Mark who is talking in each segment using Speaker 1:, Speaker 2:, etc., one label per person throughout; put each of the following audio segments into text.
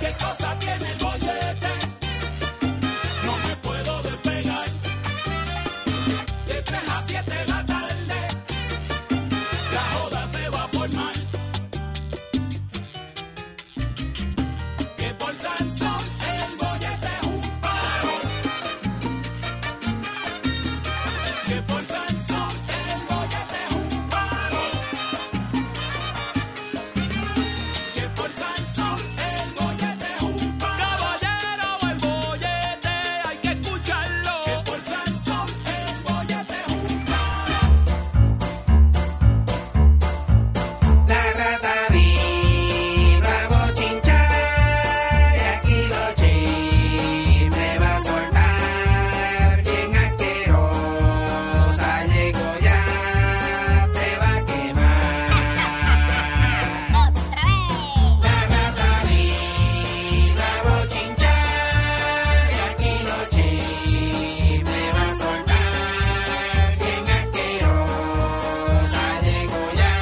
Speaker 1: ¿Qué cosa tiene el bollete? No me puedo despegar. De 3 a 7 de la tarde, la joda se va a formar. Que por San Sol el bollete es un paro. Que por San Sol el bollete es un paro. Que por San Sol el bollete es un pan. Caballero, el bollete hay que escucharlo. Que por San Sol el bollete es un pan.
Speaker 2: La rata vino a bochinchar y aquí los chismes va a soltar. Bien asquerosa llegó ya, te va a quemar. La rata vino a bochinchar y aquí los chismes va a soltar. Bien asquerosa llegó ya,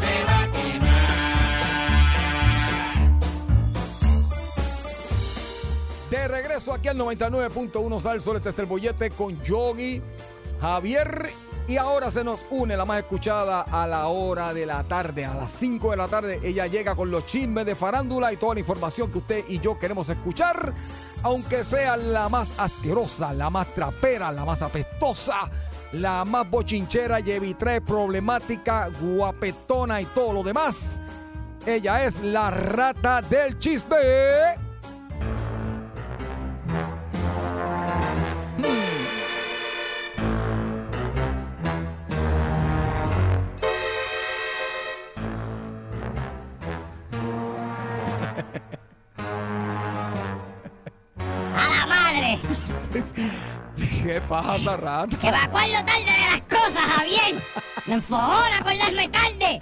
Speaker 2: te va a quemar.
Speaker 3: De regreso aquí al 99.1 Sal Sol, este es el bollete con Yogi, Javier. Y ahora se nos une la más escuchada a la hora de la tarde, a las 5 de la tarde. Ella llega con los chismes de farándula y toda la información que usted y yo queremos escuchar, aunque sea la más asquerosa, la más trapera, la más apestosa, la más bochinchera, llevitre, problemática, guapetona y todo lo demás. Ella es la rata del chisme.
Speaker 4: ¡A la madre!
Speaker 3: ¿Qué pasa, rata?
Speaker 4: ¡Que me acuerdo tarde de las cosas, Javier! ¡Me enfojona acordarme tarde!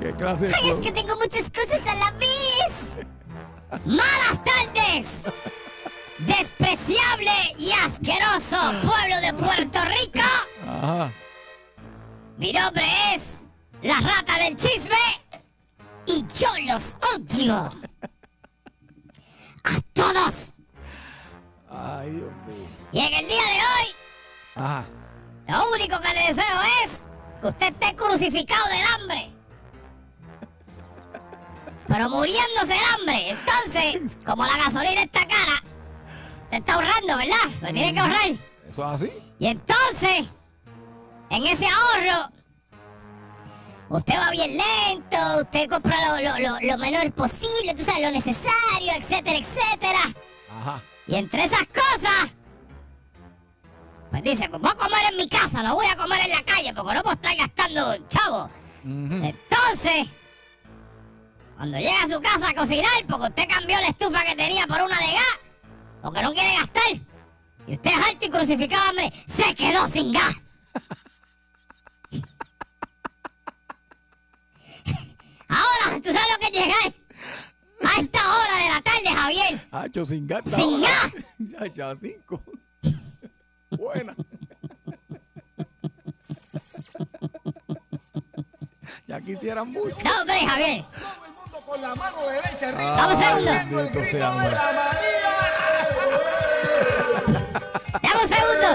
Speaker 3: ¿Qué clase de
Speaker 4: ¡Ay, es
Speaker 3: pro-
Speaker 4: que tengo muchas cosas a la vez! ¡Malas tardes! ¡Despreciable y asqueroso pueblo de Puerto Rico!
Speaker 3: Ajá.
Speaker 4: Mi nombre es la rata del chisme y yo los odio. A todos.
Speaker 3: Ay, Dios mío.
Speaker 4: Y en el día de hoy
Speaker 3: Ajá.
Speaker 4: Lo único que le deseo es que usted esté crucificado del hambre. Pero muriéndose del hambre. Entonces, como la gasolina está cara, te está ahorrando, ¿verdad? Lo tiene que ahorrar.
Speaker 3: ¿Eso es así?
Speaker 4: Y entonces, en ese ahorro, usted va bien lento, usted compra lo, lo- lo- lo menor posible, tú sabes, lo necesario, etcétera, etcétera.
Speaker 3: Ajá.
Speaker 4: Y entre esas cosas, pues dice, pues voy a comer en mi casa, no voy a comer en la calle, porque no puedo estar gastando, chavo.
Speaker 3: Ujú.
Speaker 4: Entonces, cuando llega a su casa a cocinar, porque usted cambió la estufa que tenía por una de gas, porque no quiere gastar, y usted es alto y crucificado, hombre, se quedó sin gas. Ahora, ¿tú sabes lo que es llegar? A esta hora de la tarde, Javier.
Speaker 3: Ah, yo sin gata.
Speaker 4: Sin gas.
Speaker 3: Ya, ya, cinco. Buena. ya quisieran mucho.
Speaker 4: No, hombre, Javier.
Speaker 2: Con la mano derecha,
Speaker 4: Dame un segundo.
Speaker 3: Bendito sea, hombre.
Speaker 4: Dame un segundo.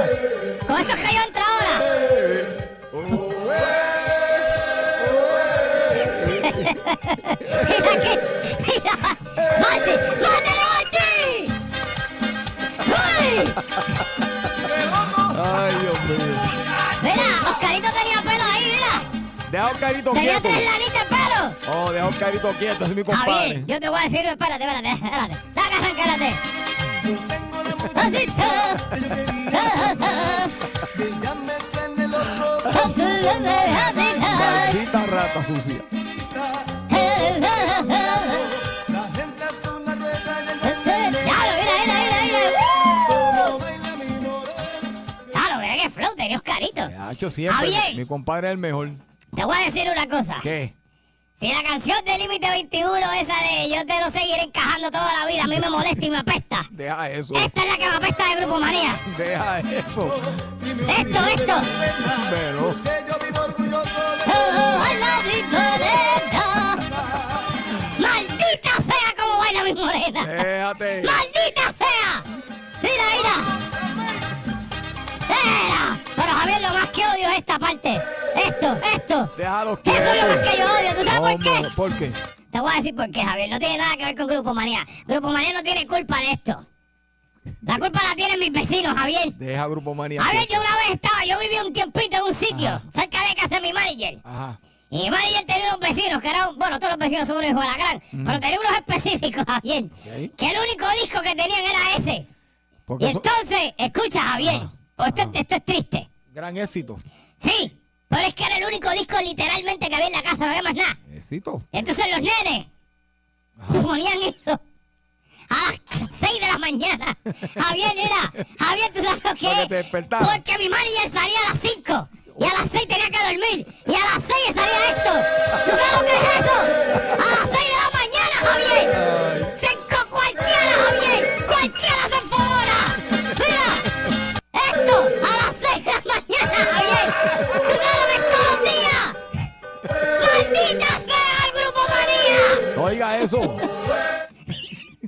Speaker 4: Con esto que yo entro ahora. Mira aquí. Mira. ¡Machi! ¡Mátale, Machi! ¡Uy!
Speaker 3: Ay, Dios mío.
Speaker 4: Mira, Oscarito tenía pelo ahí, mira.
Speaker 3: Deja a Oscarito
Speaker 4: Tenía
Speaker 3: quieto.
Speaker 4: tres lanitas de pelo.
Speaker 3: Oh, deja a Oscarito quieto, ese es mi compadre.
Speaker 4: Javier, yo te voy a decir, espérate, espérate, espérate. Dale, arráncate. Osito.
Speaker 3: Maldita rata sucia.
Speaker 4: Claro, mira, mira, mira, mira. Claro, mira que flow tenía Oscarito.
Speaker 3: Ya, yo siempre.
Speaker 4: Javier.
Speaker 3: Mi compadre es el mejor.
Speaker 4: Te voy a decir una cosa.
Speaker 3: ¿Qué?
Speaker 4: Si la canción de Límite 21, esa de Yo te lo seguiré encajando toda la vida, a mí me molesta y me apesta.
Speaker 3: Deja eso.
Speaker 4: Esta es la que me apesta de Grupo Manía.
Speaker 3: Deja eso.
Speaker 4: Esto, esto.
Speaker 3: Pero-
Speaker 4: Oh, oh, I love you, morena. Maldita sea como baila mi morena.
Speaker 3: Eh. Déjate.
Speaker 4: ¡Maldita sea! ¡Mira, mira! ¡Era! Pero Javier, lo más que odio es esta parte. Esto, esto.
Speaker 3: Déjalo
Speaker 4: Eso es lo más que yo
Speaker 3: quieto.
Speaker 4: odio. ¿Tú sabes por qué?
Speaker 3: Hombre, ¿Por qué?
Speaker 4: Te voy a decir por qué, Javier. No tiene nada que ver con Grupo Manía. Grupo Manía no tiene culpa de esto. La culpa la tienen mis vecinos, Javier.
Speaker 3: Deja Grupo Manía.
Speaker 4: Javier,
Speaker 3: quieto.
Speaker 4: yo una vez estaba, yo vivía un tiempito en un sitio,
Speaker 3: Ajá.
Speaker 4: cerca de casa de mi manager.
Speaker 3: Ajá.
Speaker 4: Y mi manager tenía unos vecinos que eran, bueno, todos los vecinos son unos hijos de la gran, pero tenía unos específicos, Javier, que el único disco que tenían era ese. Y
Speaker 3: Porque eso
Speaker 4: entonces, escucha, Javier, pues esto, esto es triste.
Speaker 3: gran éxito.
Speaker 4: Sí, pero es que era el único disco literalmente que había en la casa, no había más nada.
Speaker 3: Éxito.
Speaker 4: Entonces los nenes ponían eso a las 6 de la mañana. Javier, mira, Javier, ¿tú sabes lo que
Speaker 3: Para que
Speaker 4: es?
Speaker 3: te despertara.
Speaker 4: Porque mi manager salía a las 5 y a las 6 tenía que dormir y a las 6 salía esto. ¿Tú sabes lo que es eso? A las 6 de la mañana, Javier. Cinco cualquiera, Javier. Cualquiera se fuera. Mira. Esto a las 6 de la mañana, Javier. ¿Tú sabes lo que es todos los días? ¡Maldita sea el Grupo Manía!
Speaker 3: No diga eso.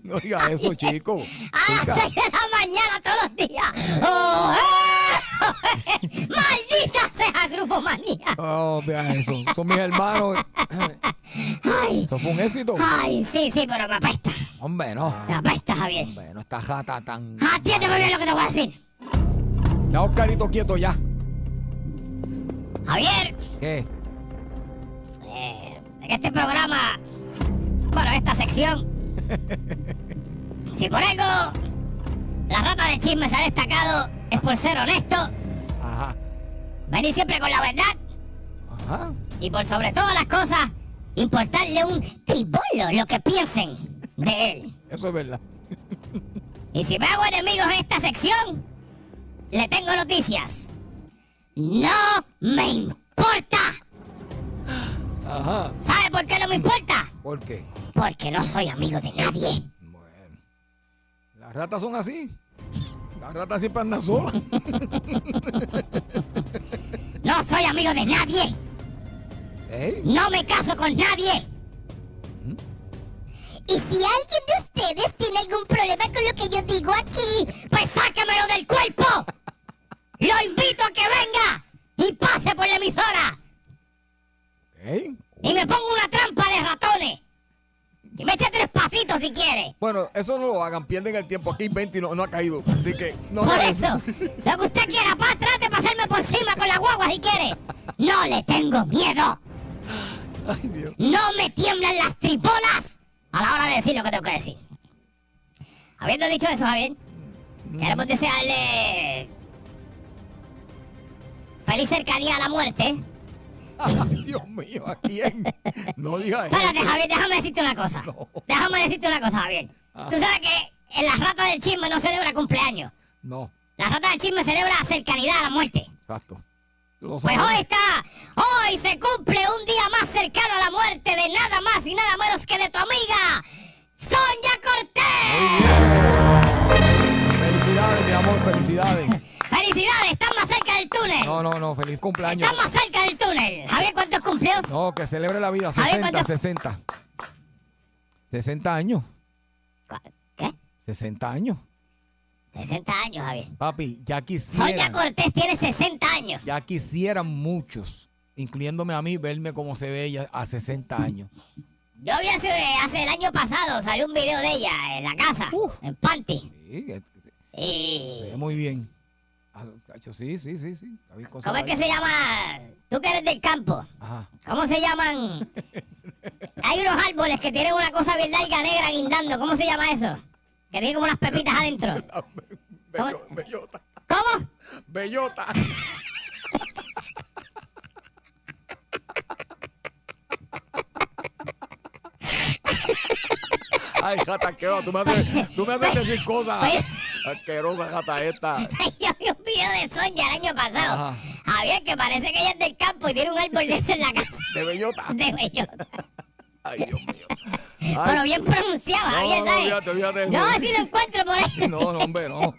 Speaker 3: No diga eso, chico.
Speaker 4: A las
Speaker 3: Chica.
Speaker 4: 6 de la mañana todos los días. ¡Oh, eh! ¡Maldita sea el Grupo Manía!
Speaker 3: No, vea eso. Son mis hermanos.
Speaker 4: ¡Ay!
Speaker 3: Eso fue un éxito.
Speaker 4: ¡Ay, sí, sí, pero me apesta!
Speaker 3: Hombre, no.
Speaker 4: Me apesta, Javier.
Speaker 3: Hombre, no está jata tan.
Speaker 4: Atiéndeme bien lo que Ah, te voy a decir.
Speaker 3: Ya, Oscarito, quieto ya.
Speaker 4: Javier,
Speaker 3: ¿Qué?
Speaker 4: eh, en este programa, bueno, esta sección, si por algo la rata del chisme se ha destacado, es por ser honesto,
Speaker 3: Ajá.
Speaker 4: venir siempre con la verdad
Speaker 3: Ajá.
Speaker 4: Y por sobre todas las cosas, importarle un tibolo lo que piensen de él.
Speaker 3: Eso es verdad.
Speaker 4: Y si me hago enemigos en esta sección, le tengo noticias. No me importa.
Speaker 3: Ajá.
Speaker 4: ¿Sabe por qué no me importa?
Speaker 3: ¿Por qué?
Speaker 4: Porque no soy amigo de nadie.
Speaker 3: Bueno. Las ratas son así. Las ratas siempre andan solas.
Speaker 4: No soy amigo de nadie.
Speaker 3: ¿Eh?
Speaker 4: No me caso con nadie. Y si alguien de ustedes tiene algún problema con lo que yo digo aquí, pues sáquemelo del cuerpo. Lo invito a que venga y pase por la emisora
Speaker 3: ¿Eh?
Speaker 4: y me ponga una trampa de ratones. Y me eche tres pasitos si quiere.
Speaker 3: Bueno, eso no lo hagan, pierden el tiempo. Aquí 20 no, no ha caído. Así que no
Speaker 4: Por
Speaker 3: hagan
Speaker 4: eso, lo que usted quiera, pa, trate de pasarme por encima con la guagua si quiere. No le tengo miedo.
Speaker 3: Ay, Dios.
Speaker 4: No me tiemblan las tripolas a la hora de decir lo que tengo que decir. Habiendo dicho eso, Javier, queremos desearle feliz cercanía a la muerte.
Speaker 3: Ay, Ah, Dios mío, ¿a quién? No diga eso.
Speaker 4: Espérate, Javier, déjame decirte una cosa. Déjame decirte una cosa, Javier.
Speaker 3: Ah.
Speaker 4: Tú sabes que en la rata del chisme no celebra cumpleaños.
Speaker 3: No,
Speaker 4: La rata del chisme celebra cercanidad a la muerte.
Speaker 3: exacto. Lo
Speaker 4: Pues
Speaker 3: sabemos.
Speaker 4: hoy está, hoy se cumple un día más cercano a la muerte de nada más y nada menos que de tu amiga, Sonia Cortés.
Speaker 3: Felicidades, mi amor, felicidades.
Speaker 4: Felicidades, estás más cerca del túnel.
Speaker 3: No, no, no, feliz cumpleaños.
Speaker 4: Estás más cerca del túnel. Javier, ¿cuántos cumplió?
Speaker 3: No, que celebre la vida,
Speaker 4: ver,
Speaker 3: 60,
Speaker 4: ¿cuánto?
Speaker 3: 60. 60 años,
Speaker 4: ¿Qué?
Speaker 3: 60 años.
Speaker 4: 60 años, Javier.
Speaker 3: Papi, ya
Speaker 4: Sonia
Speaker 3: quisieran,
Speaker 4: Cortés tiene 60 años.
Speaker 3: ya quisieran muchos, incluyéndome a mí, verme como se ve ella a 60 años.
Speaker 4: Yo vi hace, hace el año pasado, salió un video de ella en la casa,
Speaker 3: Uf.
Speaker 4: en Panty.
Speaker 3: Sí, que- que se- se
Speaker 4: Y...
Speaker 3: ve muy bien. Ah, chacho, Sí, sí, sí, sí. está bien
Speaker 4: ¿Cómo es que
Speaker 3: conservadito.
Speaker 4: se llama? Tú que eres del campo.
Speaker 3: Ajá.
Speaker 4: ¿Cómo se llaman? Hay unos árboles que tienen una cosa bien larga negra guindando. ¿Cómo se llama eso? Que tiene como unas pepitas adentro.
Speaker 3: Bello- bellota,
Speaker 4: ¿Cómo?
Speaker 3: bellota. Ay, jata, asquerosa, tú me haces, tú me haces decir cosas.
Speaker 4: Oye.
Speaker 3: Asquerosa, jata, esta.
Speaker 4: Yo vi un video de Sonia el año pasado.
Speaker 3: Ajá.
Speaker 4: Javier, que parece que ella es del campo y tiene un árbol de eso en la casa
Speaker 3: De bellota.
Speaker 4: de bellota.
Speaker 3: Ay, Dios mío. Ay,
Speaker 4: Pero bien pronunciado,
Speaker 3: No,
Speaker 4: Javier,
Speaker 3: no,
Speaker 4: ¿sabes?
Speaker 3: olvídate, olvídate de
Speaker 4: Yo
Speaker 3: eso.
Speaker 4: sí lo encuentro por ahí.
Speaker 3: no, no, hombre, no.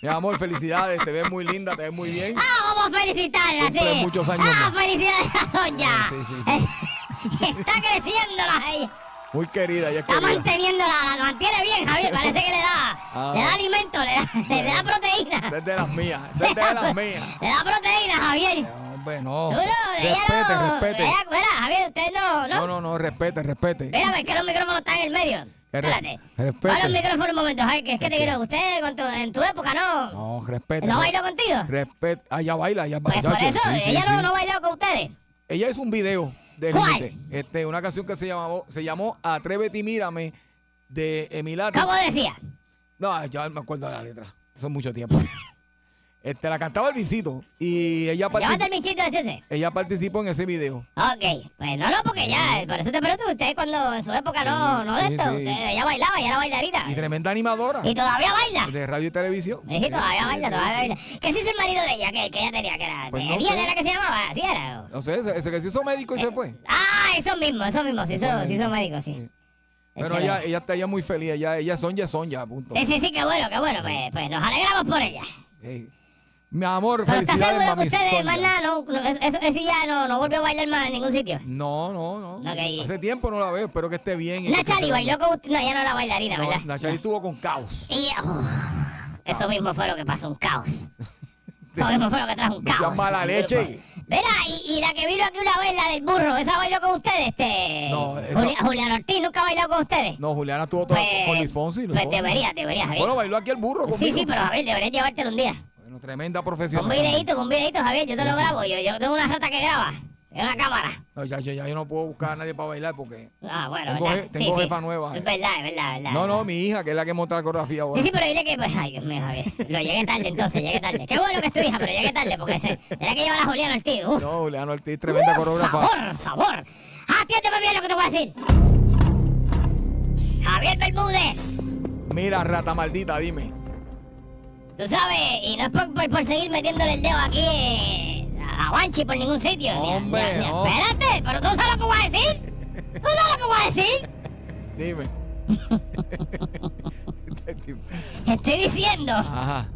Speaker 3: Mi amor, felicidades. Te ves muy linda, te ves muy bien.
Speaker 4: Ah, vamos a felicitarla,
Speaker 3: Cumple
Speaker 4: sí.
Speaker 3: muchos años
Speaker 4: ah,
Speaker 3: más.
Speaker 4: felicidades a Sonia.
Speaker 3: Sí, sí, sí.
Speaker 4: Está creciendo la ella.
Speaker 3: Muy querida, ella es
Speaker 4: Está
Speaker 3: querida.
Speaker 4: manteniendo la, la mantiene bien, Javier. Parece que le da,
Speaker 3: Ah.
Speaker 4: le da alimento, le da, le da proteína.
Speaker 3: Esa es de las mías. esa es de las mías.
Speaker 4: Le da proteína, Javier.
Speaker 3: Hombre, no.
Speaker 4: Tú no, ella
Speaker 3: Respete,
Speaker 4: no.
Speaker 3: respete.
Speaker 4: ella- mira, Javier, usted no, no.
Speaker 3: No, no, no, respete, respete.
Speaker 4: Mira, es que los micrófonos están en el medio.
Speaker 3: Que re-
Speaker 4: Espérate.
Speaker 3: respete.
Speaker 4: Ahora el micrófono un momento, Javier, que es que te quiero. Usted con tu- en tu época no.
Speaker 3: No, respete.
Speaker 4: ¿No bailó contigo?
Speaker 3: Respete. Ah, ya baila, ya
Speaker 4: Pues
Speaker 3: baila.
Speaker 4: por eso,
Speaker 3: Sí, sí,
Speaker 4: ella
Speaker 3: sí.
Speaker 4: no, no bailó con ustedes.
Speaker 3: Ella hizo un video de
Speaker 4: ¿Cuál?
Speaker 3: Límite. Este, una canción que se llamó, se llamó Atrévete y mírame de Emilati.
Speaker 4: ¿Cómo decía?
Speaker 3: No, ya me acuerdo de la letra. Son mucho tiempo. este, la cantaba el visito y ella, partici-
Speaker 4: Llévate el bichito de ese.
Speaker 3: ella participó en ese video.
Speaker 4: Ok, pues no, no, porque ya, eh, por eso te pregunto, usted cuando en su época no, no de
Speaker 3: sí,
Speaker 4: esto,
Speaker 3: sí.
Speaker 4: usted ya bailaba, ya era bailarina.
Speaker 3: Y tremenda animadora
Speaker 4: Y todavía baila.
Speaker 3: de radio y televisión.
Speaker 4: Sí, todavía baila, todavía baila. ¿Qué se hizo el marido de ella? Que, que ella tenía, que era.
Speaker 3: Pues
Speaker 4: que
Speaker 3: no
Speaker 4: Biel
Speaker 3: sé.
Speaker 4: era que se llamaba, así era.
Speaker 3: No sé, ese, ese que se hizo médico y se fue.
Speaker 4: Ah, eso mismo, eso mismo, sí, eso, sí,
Speaker 3: médicos.
Speaker 4: son médicos, sí.
Speaker 3: Sí.
Speaker 4: Échale.
Speaker 3: Pero ella, ella está ya muy feliz. Ella, ella son ya son ya, punto.
Speaker 4: Sí, sí, sí, qué bueno, qué bueno, pues, pues nos alegramos por ella.
Speaker 3: Ey. Mi amor,
Speaker 4: Pero ¿estás
Speaker 3: felicidades,
Speaker 4: seguro que
Speaker 3: mami
Speaker 4: ustedes,
Speaker 3: Sonia.
Speaker 4: más nada, no, no, eso, eso- eso ya no, no volvió a bailar más en ningún sitio?
Speaker 3: No, no, no.
Speaker 4: Ok.
Speaker 3: Hace tiempo no la veo. Espero que esté bien. y que esté
Speaker 4: Nachali
Speaker 3: segura.
Speaker 4: bailó con usted, no, ya no era bailarina,
Speaker 3: No,
Speaker 4: ¿verdad?
Speaker 3: Nachali estuvo con caos.
Speaker 4: Y uf, eso mismo fue lo que pasó, un caos. Eso mismo fue lo que trajo un
Speaker 3: No
Speaker 4: caos.
Speaker 3: seas mala
Speaker 4: al
Speaker 3: leche.
Speaker 4: grupo. Mira, y, y la que vino aquí una vez, la del burro, ¿esa bailó con ustedes? Este...
Speaker 3: No, esa-
Speaker 4: Juli- Julián Ortiz nunca bailó con ustedes.
Speaker 3: No, Juliana estuvo toda
Speaker 4: Pues-
Speaker 3: con Luis Fonsi. Luis
Speaker 4: Pues
Speaker 3: Fonsi.
Speaker 4: deberías, deberías,
Speaker 3: Bueno,
Speaker 4: Javier.
Speaker 3: bailó aquí el burro
Speaker 4: Sí,
Speaker 3: conmigo.
Speaker 4: sí, pero Javier, deberías llevártelo un día.
Speaker 3: Bueno, tremenda
Speaker 4: Con
Speaker 3: profesional.
Speaker 4: un videíto, con un videíto, Javier, yo te lo grabo. Yo, yo tengo una rata que graba. Tengo una cámara.
Speaker 3: No, ya, ya- ya yo no puedo buscar a nadie para bailar porque...
Speaker 4: Ah, bueno,
Speaker 3: Tengo
Speaker 4: ¿verdad?
Speaker 3: je- tengo jefa nueva,
Speaker 4: Es
Speaker 3: eh.
Speaker 4: verdad, es verdad, es verdad.
Speaker 3: No,
Speaker 4: es
Speaker 3: no,
Speaker 4: verdad.
Speaker 3: mi hija, que es la que monta la coreografía ahora.
Speaker 4: Sí, sí, pero dile que, pues, ay, Dios mío, Javier. Lo llegué tarde, entonces, llegué tarde. Qué bueno que es tu hija, pero llegué tarde porque se, tenía que llevar a Julián Ortiz. Uf.
Speaker 3: No, Juliana Ortiz, tremenda
Speaker 4: Uf,
Speaker 3: coreógrafa.
Speaker 4: Sabor, sabor. Atiéndeme bien lo que te voy a decir. Javier Bermúdez.
Speaker 3: Mira, rata maldita, dime.
Speaker 4: Tú sabes, y no es por, por- por seguir metiéndole el dedo aquí eh, a Guanchi por ningún sitio. ni a-
Speaker 3: Hombre,
Speaker 4: ni a- ni a-
Speaker 3: no.
Speaker 4: Espérate, pero tú sabes lo que voy a decir. Tú sabes lo que voy a decir.
Speaker 3: Dime.
Speaker 4: Estoy diciendo
Speaker 3: Ajá.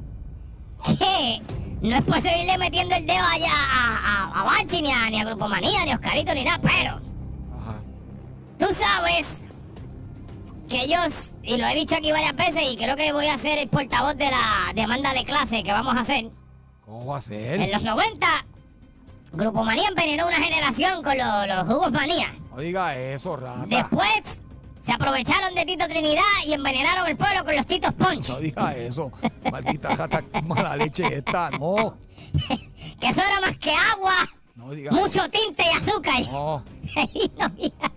Speaker 4: que no es por seguirle metiendo el dedo allá a, a, a Banshee, ni a, ni a Grupo Manía, ni a Oscarito, ni nada, pero
Speaker 3: Ajá.
Speaker 4: tú sabes que ellos, y lo he dicho aquí varias veces, y creo que voy a ser el portavoz de la demanda de clase que vamos a hacer.
Speaker 3: ¿Cómo va a
Speaker 4: En
Speaker 3: ser?
Speaker 4: los 90, Grupo Manía envenenó una generación con lo- los jugos Manía.
Speaker 3: No diga eso, rata.
Speaker 4: Después se aprovecharon de Tito Trinidad y envenenaron el pueblo con los Titos Punch.
Speaker 3: No diga eso. Maldita rata, qué mala leche esta. No,
Speaker 4: Que eso era más que agua,
Speaker 3: no diga
Speaker 4: mucho tinte y azúcar.
Speaker 3: No,
Speaker 4: Ahí no había,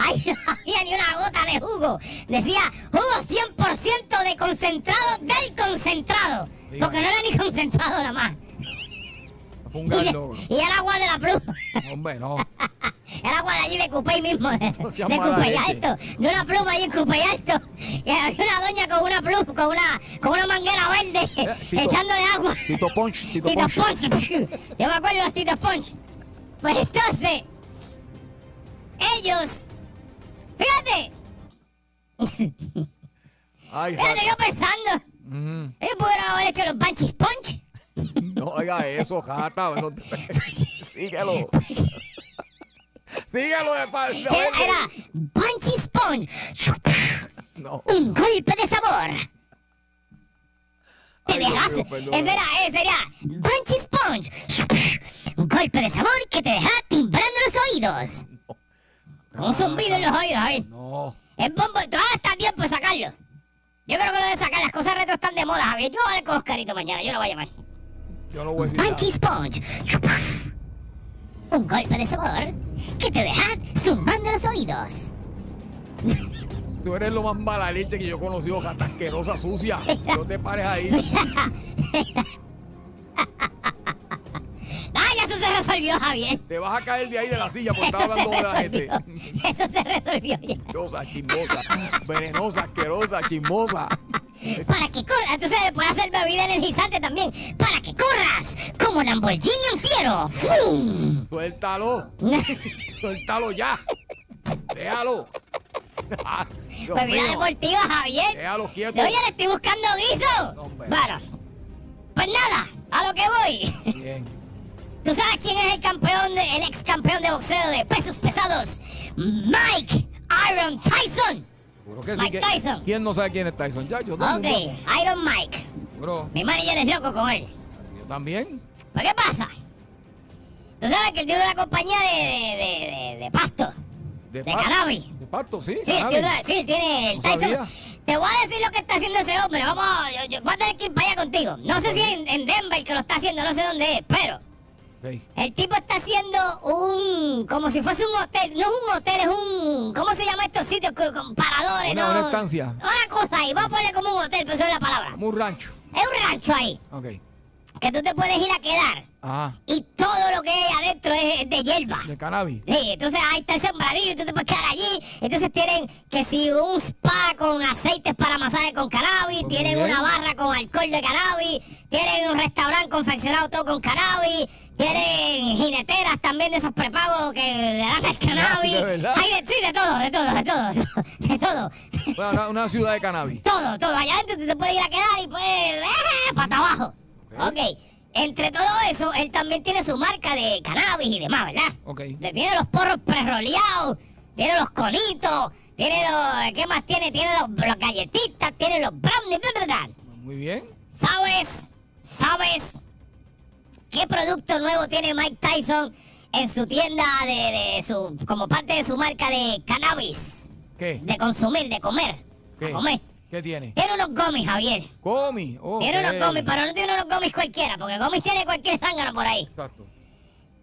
Speaker 4: ahí no había ni una gota de jugo. Decía jugo 100% de concentrado del concentrado.
Speaker 3: Diga.
Speaker 4: Porque no era ni concentrado nada más.
Speaker 3: fue un
Speaker 4: Y,
Speaker 3: gran
Speaker 4: de-
Speaker 3: logro.
Speaker 4: y era agua de la pluma.
Speaker 3: Hombre, no.
Speaker 4: Era agua de allí de Cupey mismo. De,
Speaker 3: No seas
Speaker 4: de
Speaker 3: mala
Speaker 4: Cupey
Speaker 3: leche.
Speaker 4: Alto. De una pluma allí en Cupey Alto. Y había una doña con una pluma, con una, con una manguera verde
Speaker 3: Eh, Tito.
Speaker 4: echándole agua.
Speaker 3: Tito Punch, Tito
Speaker 4: Tito
Speaker 3: Punch.
Speaker 4: Punch. Yo me acuerdo de los Tito Punch. Pues entonces, ellos. Fíjate,
Speaker 3: Ay,
Speaker 4: fíjate
Speaker 3: rata.
Speaker 4: yo pensando.
Speaker 3: Mm.
Speaker 4: Ellos pudieron haber hecho los Banchis Punch.
Speaker 3: No haga eso, jata. no te- Síguelo. Síguelo de parte.
Speaker 4: Era, era Banchis Punch.
Speaker 3: No.
Speaker 4: Un golpe de sabor. Te
Speaker 3: Ay, Dios
Speaker 4: dejas.
Speaker 3: mío, perdón.
Speaker 4: Es verdad, eh, sería Banshee Sponge. Un golpe de sabor que te deja timbrando los oídos. Un zumbido en los oídos, a ver.
Speaker 3: No.
Speaker 4: Es bombo. Todavía está a tiempo de sacarlo. Yo creo que lo de sacar las cosas retro están de moda, Javier. Yo voy a hablar con Oscarito mañana, yo lo voy a llamar.
Speaker 3: Yo no voy a decir nada.
Speaker 4: Banshee Sponge. Un golpe de sabor que te deja zumbando los oídos.
Speaker 3: Tú eres lo más mala leche que yo he conocido, jata asquerosa, sucia. No te pares ahí.
Speaker 4: ¡Ay, eso se resolvió, Javier!
Speaker 3: Te vas a caer de ahí de la silla
Speaker 4: Eso
Speaker 3: por estar
Speaker 4: se
Speaker 3: hablando de la gente.
Speaker 4: resolvió. Eso se resolvió ya.
Speaker 3: Chismosa, chismosa. Venenosa, asquerosa, chismosa.
Speaker 4: Para que corras, tú sabes, puedes hacer bebida energizante también. Para que corras como Lamborghini Anfiero. ¡Fum!
Speaker 3: Suéltalo. Suéltalo ya. Déjalo.
Speaker 4: Pues vida
Speaker 3: Ah, mío.
Speaker 4: deportiva, Javier.
Speaker 3: Déjalo quieto.
Speaker 4: Oye, le estoy buscando guiso.
Speaker 3: No, hombre.
Speaker 4: bueno, pues nada, a lo que voy.
Speaker 3: Bien.
Speaker 4: ¿Tú sabes quién es el campeón, de- el ex campeón de boxeo de pesos pesados? Mike Iron Tyson.
Speaker 3: Seguro que sí.
Speaker 4: Mike
Speaker 3: que-
Speaker 4: Tyson.
Speaker 3: ¿Quién no sabe quién es Tyson? Ya, yo
Speaker 4: Ok,
Speaker 3: también.
Speaker 4: Iron Mike.
Speaker 3: Bro,
Speaker 4: Mi manager es loco con él.
Speaker 3: yo también.
Speaker 4: ¿Pero qué pasa? Tú sabes que él tiene una compañía de, de, de- de- de pasto. De
Speaker 3: parto.
Speaker 4: cannabis.
Speaker 3: De parto, sí.
Speaker 4: Sí, él
Speaker 3: cannabis.
Speaker 4: tiene, una- sí, él tiene el
Speaker 3: No
Speaker 4: Tyson.
Speaker 3: sabía.
Speaker 4: Te voy a decir lo que está haciendo ese hombre. Vamos, a- yo, yo- voy a tener que ir para allá contigo. No sé si es en, en Denver que lo está haciendo, no sé dónde es, pero
Speaker 3: Sí.
Speaker 4: el tipo está haciendo un. como si fuese un hotel. No es un hotel, es un. ¿Cómo se llama estos sitios? Con, con paradores,
Speaker 3: Una-
Speaker 4: ¿no?
Speaker 3: una estancia.
Speaker 4: Una cosa ahí, vamos a ponerle como un hotel, pero eso es la palabra.
Speaker 3: Como un rancho.
Speaker 4: Es un rancho ahí,
Speaker 3: Ok.
Speaker 4: que tú te puedes ir a quedar.
Speaker 3: Ajá.
Speaker 4: Y todo lo que hay adentro es, es de hierba.
Speaker 3: De cannabis.
Speaker 4: Sí, entonces ahí está el sembradillo y tú te puedes quedar allí. Entonces tienen que si un spa con aceites para masaje con cannabis,
Speaker 3: Pues
Speaker 4: tienen
Speaker 3: muy bien.
Speaker 4: una barra con alcohol de cannabis, tienen un restaurante confeccionado todo con cannabis, tienen jineteras también de esos prepagos que le dan el cannabis.
Speaker 3: de verdad.
Speaker 4: Hay de, sí, de todo, de todo, de todo, de todo.
Speaker 3: Bueno, una, una ciudad de cannabis.
Speaker 4: Todo, todo. Allá adentro tú te puedes ir a quedar y puedes... ¡eh! ¡Para abajo! ok. Entre todo eso, él también tiene su marca de cannabis y demás, ¿verdad?
Speaker 3: Ok.
Speaker 4: Le Tiene los porros prerroleados, tiene los conitos, tiene los. ¿Qué más tiene? Tiene los, los galletitas, tiene los brownies, bla, bla, bla.
Speaker 3: Muy bien.
Speaker 4: ¿Sabes? ¿Sabes? ¿Qué producto nuevo tiene Mike Tyson en su tienda de, de su. como parte de su marca de cannabis?
Speaker 3: ¿Qué?
Speaker 4: De consumir, de comer.
Speaker 3: ¿Qué?
Speaker 4: A comer.
Speaker 3: ¿Qué tiene?
Speaker 4: Tiene unos gomis, Javier.
Speaker 3: Gomi. ok.
Speaker 4: Tiene unos gomis, pero no tiene unos gomis cualquiera, porque gomis tiene cualquier zángano por ahí.
Speaker 3: Exacto.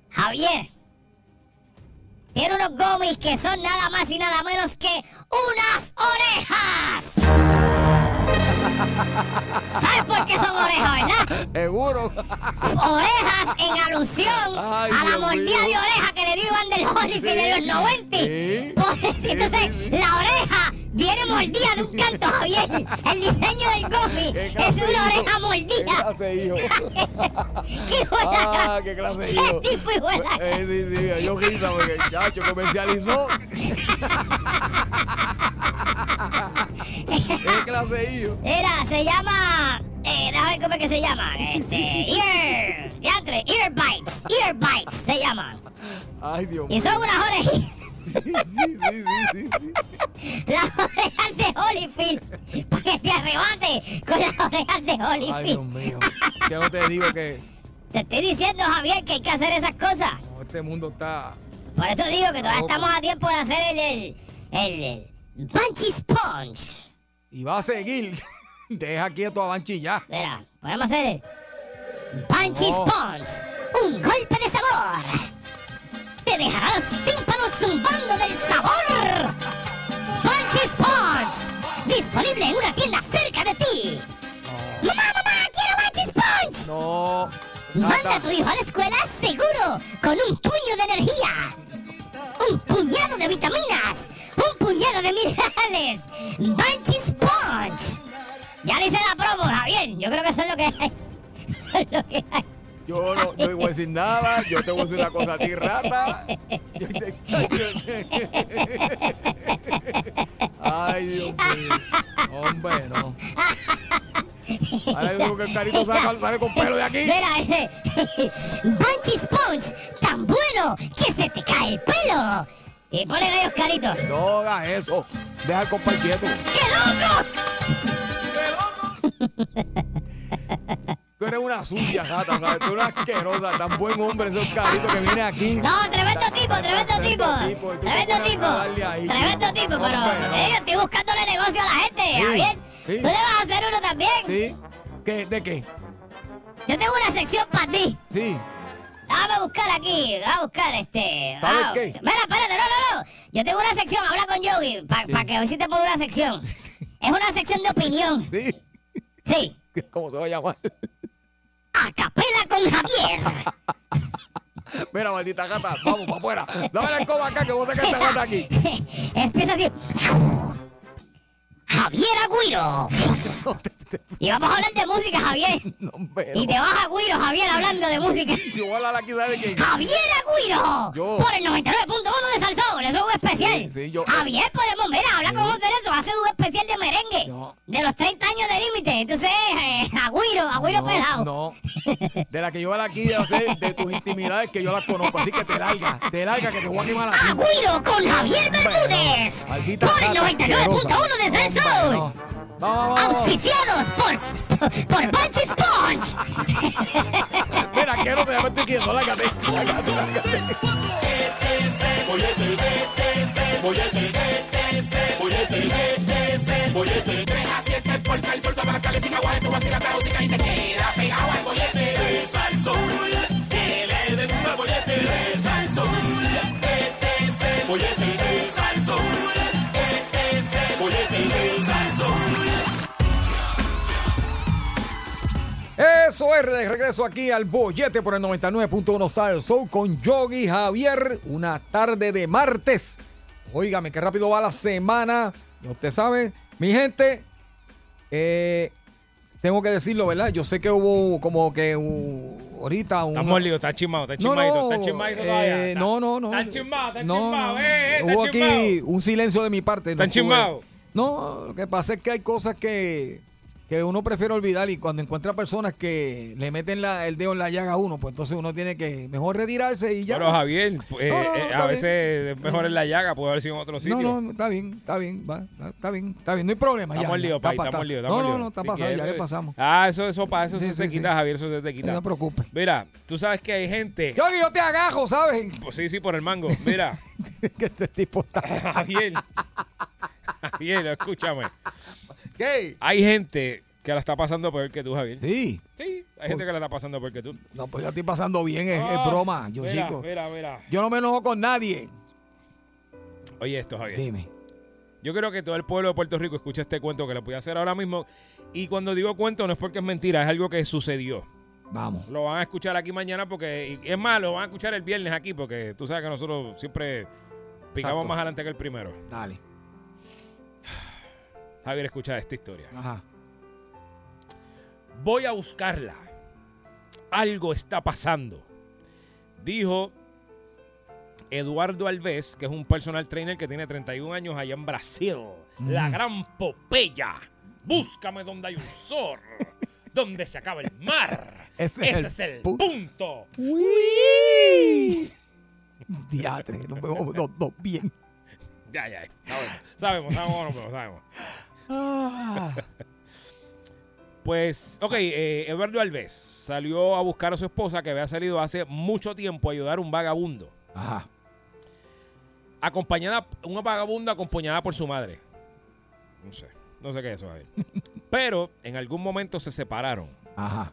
Speaker 4: Javier. Tiene unos gomis que son nada más y nada menos que unas orejas. ¿Sabes por qué son orejas, verdad?
Speaker 3: Seguro.
Speaker 4: Orejas en alusión
Speaker 3: Ay,
Speaker 4: a la
Speaker 3: Dios
Speaker 4: mordida
Speaker 3: mío.
Speaker 4: de oreja que le dio Van del Holyfield en los 90.
Speaker 3: sí,
Speaker 4: Pobrecito, entonces, la oreja viene mordida de un canto, Javier. El diseño del gomi
Speaker 3: Qué
Speaker 4: es una
Speaker 3: castigo.
Speaker 4: oreja
Speaker 3: ¿Qué
Speaker 4: mordida.
Speaker 3: clase de hijo?
Speaker 4: ¡Qué buena!
Speaker 3: Ah, qué clase de
Speaker 4: ¡Qué
Speaker 3: hijo.
Speaker 4: tipo de buena!
Speaker 3: Eh, sí, sí, yo quita porque el chacho comercializó. ¿Qué clase de hijo?
Speaker 4: Era, se llama. Eh, déjame ver cómo es que se llama. Este. Ear. diantre, ear bites. Ear bites se llaman.
Speaker 3: Ay, Dios mío.
Speaker 4: Y son unas orejas.
Speaker 3: Sí, sí, sí, sí, sí.
Speaker 4: Las orejas de Holyfield. Para que te arrebate con las orejas de
Speaker 3: Ay, Dios
Speaker 4: Holyfield.
Speaker 3: mío. Yo no te digo que
Speaker 4: Te estoy diciendo, Javier, que hay que hacer esas cosas.
Speaker 3: no, este mundo está.
Speaker 4: Por eso digo que todavía
Speaker 3: Loco.
Speaker 4: estamos a tiempo de hacer el. el. el. el Punchy Sponge.
Speaker 3: Y va a seguir. Deja quieto a Banchi ya.
Speaker 4: Mira, podemos hacer el Punchy
Speaker 3: Oh.
Speaker 4: Sponge. Un golpe de sabor. Te dejará los tímpanos zumbando del sabor. Punchy Sponge. Disponible en una tienda cerca de ti. Mamá, mamá, quiero Punchy Sponge.
Speaker 3: No.
Speaker 4: Manda a
Speaker 3: Nada.
Speaker 4: tu hijo a la escuela seguro, con un puño de energía, un puñado de vitaminas, un puñado de minerales, Banshee Sponge. Ya le hice la promo, Javier. Yo creo que eso es lo que hay. Eso es lo que hay.
Speaker 3: Yo no, no voy a decir nada. Yo te voy a decir una cosa a ti, rata. Yo te- Ay, Dios mío. Hombre, no. Ahora yo digo que el carito saca- sale con pelo de aquí.
Speaker 4: Mira, ese. eh. Banshee Sponge, tan bueno que se te cae el pelo. Y ponen ahí, Oscarito.
Speaker 3: No hagas eso. Deja el compa quieto.
Speaker 4: ¡Qué loco!
Speaker 3: Tú eres una sucia, rata, ¿sabes? Tú eres una asquerosa. Tan buen hombre ese Oscarito que viene aquí.
Speaker 4: No, tremendo tipo, tremendo tipo.
Speaker 3: tipo, y tú te
Speaker 4: Tremendo
Speaker 3: pones a
Speaker 4: tipo.
Speaker 3: darle ahí,
Speaker 4: Tremendo
Speaker 3: chico.
Speaker 4: tipo,
Speaker 3: No,
Speaker 4: pero
Speaker 3: pero-
Speaker 4: eh, yo estoy buscándole negocio a la gente, Javier. Tú
Speaker 3: sí.
Speaker 4: le vas a hacer uno también.
Speaker 3: ¿Sí? ¿Qué? ¿De qué?
Speaker 4: Yo tengo una sección para ti.
Speaker 3: Sí.
Speaker 4: Déjame buscar aquí, vamos a buscar este.
Speaker 3: ¿Sabes
Speaker 4: ah,
Speaker 3: qué?
Speaker 4: Mira, espérate, no, no, no. Yo tengo una sección, habla con Yogi, para
Speaker 3: Sí.
Speaker 4: que visite por una sección. Es una sección de opinión.
Speaker 3: Sí.
Speaker 4: Sí.
Speaker 3: ¿Cómo se va a llamar?
Speaker 4: A capela con Javier.
Speaker 3: Mira, maldita gata, vamos para afuera. Dame la escoba acá que vos sacas esta gata aquí.
Speaker 4: Empieza así. Javier Agüiro. y vamos a hablar de música, Javier.
Speaker 3: No, hombre,
Speaker 4: Y
Speaker 3: no.
Speaker 4: te vas a Agüiro, Javier, hablando de música.
Speaker 3: Si voy a hablar aquí, ¿sabe quién?
Speaker 4: Javier Agüiro.
Speaker 3: Yo.
Speaker 4: Por el 99.1 de Salsón. Eso es un especial.
Speaker 3: Sí, sí, yo-
Speaker 4: Javier, podemos, mira, habla con José Nelson. Hace un especial de merengue.
Speaker 3: No.
Speaker 4: De los 30 años de límite. Entonces, eh, Agüiro, Agüiro
Speaker 3: No,
Speaker 4: pelado.
Speaker 3: no. De la que yo hablo aquí, ya sé, de tus intimidades que yo las conozco. Así que te larga, te larga, que te voy a quemar a ti.
Speaker 4: Agüiro con Javier
Speaker 3: Hombre, no.
Speaker 4: Bermúdez.
Speaker 3: Maldita
Speaker 4: Por el
Speaker 3: rata
Speaker 4: 99.1 de
Speaker 3: asquerosa.
Speaker 4: Salsón.
Speaker 3: Hombre, no. Vamos, vamos, vamos.
Speaker 4: auspiciados por por Pansy Sponge.
Speaker 3: Mira, que no te me estoy quieto, lárgate, lárgate, lárgate.
Speaker 1: E E,
Speaker 3: Eso es, de regreso aquí al bollete por el 99.1 Sal Soul con Yogi Javier, una tarde de martes. Óigame, qué rápido va la semana. Ya usted sabe, mi gente, eh, tengo que decirlo, ¿verdad? Yo sé que hubo como que uh, ahorita un...
Speaker 5: Estamos líos, está chismado, está chismadito, está chismadito todavía.
Speaker 3: eh,
Speaker 5: Está-
Speaker 3: no, no, no.
Speaker 5: Está chismado, está
Speaker 3: No,
Speaker 5: chismado,
Speaker 3: no.
Speaker 5: eh, eh, está
Speaker 3: Hubo
Speaker 5: chismado.
Speaker 3: aquí un silencio de mi parte.
Speaker 5: Está
Speaker 3: estuve-
Speaker 5: chismado.
Speaker 3: No, lo que pasa es que hay cosas que, que uno prefiere olvidar y cuando encuentra personas que le meten la- el dedo en la llaga a uno, pues entonces uno tiene que mejor retirarse y ya.
Speaker 5: Pero Javier, eh,
Speaker 3: No, no, no,
Speaker 5: eh,
Speaker 3: está
Speaker 5: a
Speaker 3: bien.
Speaker 5: veces es mejor en la llaga, puede haber sido en otro sitio.
Speaker 3: no, no, está bien, está bien, va, está bien, está bien, no hay problema.
Speaker 5: Estamos
Speaker 3: ya,
Speaker 5: líos,
Speaker 3: está
Speaker 5: pai,
Speaker 3: pa-
Speaker 5: estamos
Speaker 3: está-
Speaker 5: líos,
Speaker 3: No,
Speaker 5: estamos
Speaker 3: no,
Speaker 5: líos.
Speaker 3: no, está
Speaker 5: Si
Speaker 3: pasado, ya
Speaker 5: quieres-
Speaker 3: que pasamos.
Speaker 5: Ah, eso, eso pasa, eso
Speaker 3: Sí,
Speaker 5: se
Speaker 3: sí,
Speaker 5: quita,
Speaker 3: sí.
Speaker 5: Javier, eso se te
Speaker 3: No
Speaker 5: quita.
Speaker 3: te preocupes.
Speaker 5: Mira, tú sabes que hay gente.
Speaker 3: Yo, yo te agajo, ¿sabes?
Speaker 5: Pues sí, sí, por el mango. Mira,
Speaker 3: que este tipo está...
Speaker 5: Javier. Javier, escúchame.
Speaker 3: ¿Qué?
Speaker 5: Hay gente que la está pasando peor que tú, Javier. Sí,
Speaker 3: Sí.
Speaker 5: hay gente que la está pasando peor que tú.
Speaker 3: No, pues yo estoy pasando bien, es, es
Speaker 5: Ah,
Speaker 3: broma, yo
Speaker 5: mira,
Speaker 3: chico.
Speaker 5: Mira, mira.
Speaker 3: Yo no me enojo con nadie.
Speaker 5: Oye, esto, Javier.
Speaker 3: Dime.
Speaker 5: Yo creo que todo el pueblo de Puerto Rico escucha este cuento que le voy a hacer ahora mismo. Y cuando digo cuento no es porque es mentira, es algo que sucedió.
Speaker 3: Vamos.
Speaker 5: Lo van a escuchar aquí mañana porque, y es más, lo van a escuchar el viernes aquí porque tú sabes que nosotros siempre picamos
Speaker 3: Exacto.
Speaker 5: más adelante que el primero.
Speaker 3: Dale.
Speaker 5: Javier, escucha esta historia.
Speaker 3: Ajá.
Speaker 5: Voy a buscarla. Algo está pasando. Dijo Eduardo Alves, que es un personal trainer que tiene 31 años allá en Brasil. La gran Popeya. Búscame donde hay un sol. donde se acaba el mar.
Speaker 3: Ese
Speaker 5: Ese,
Speaker 3: es el
Speaker 5: es el
Speaker 3: pu-
Speaker 5: punto.
Speaker 3: Diatre, nos vemos los dos bien.
Speaker 5: Ya, ya, sabemos. Sabemos, sabemos, sabemos, sabemos.
Speaker 3: Ah,
Speaker 5: Pues, ok, eh, Eduardo Alves salió a buscar a su esposa que había salido hace mucho tiempo a ayudar a un vagabundo.
Speaker 3: Ajá.
Speaker 5: acompañada, una vagabunda acompañada por su madre. No sé, no sé qué es eso, Javier. Pero en algún momento se separaron
Speaker 3: Ajá.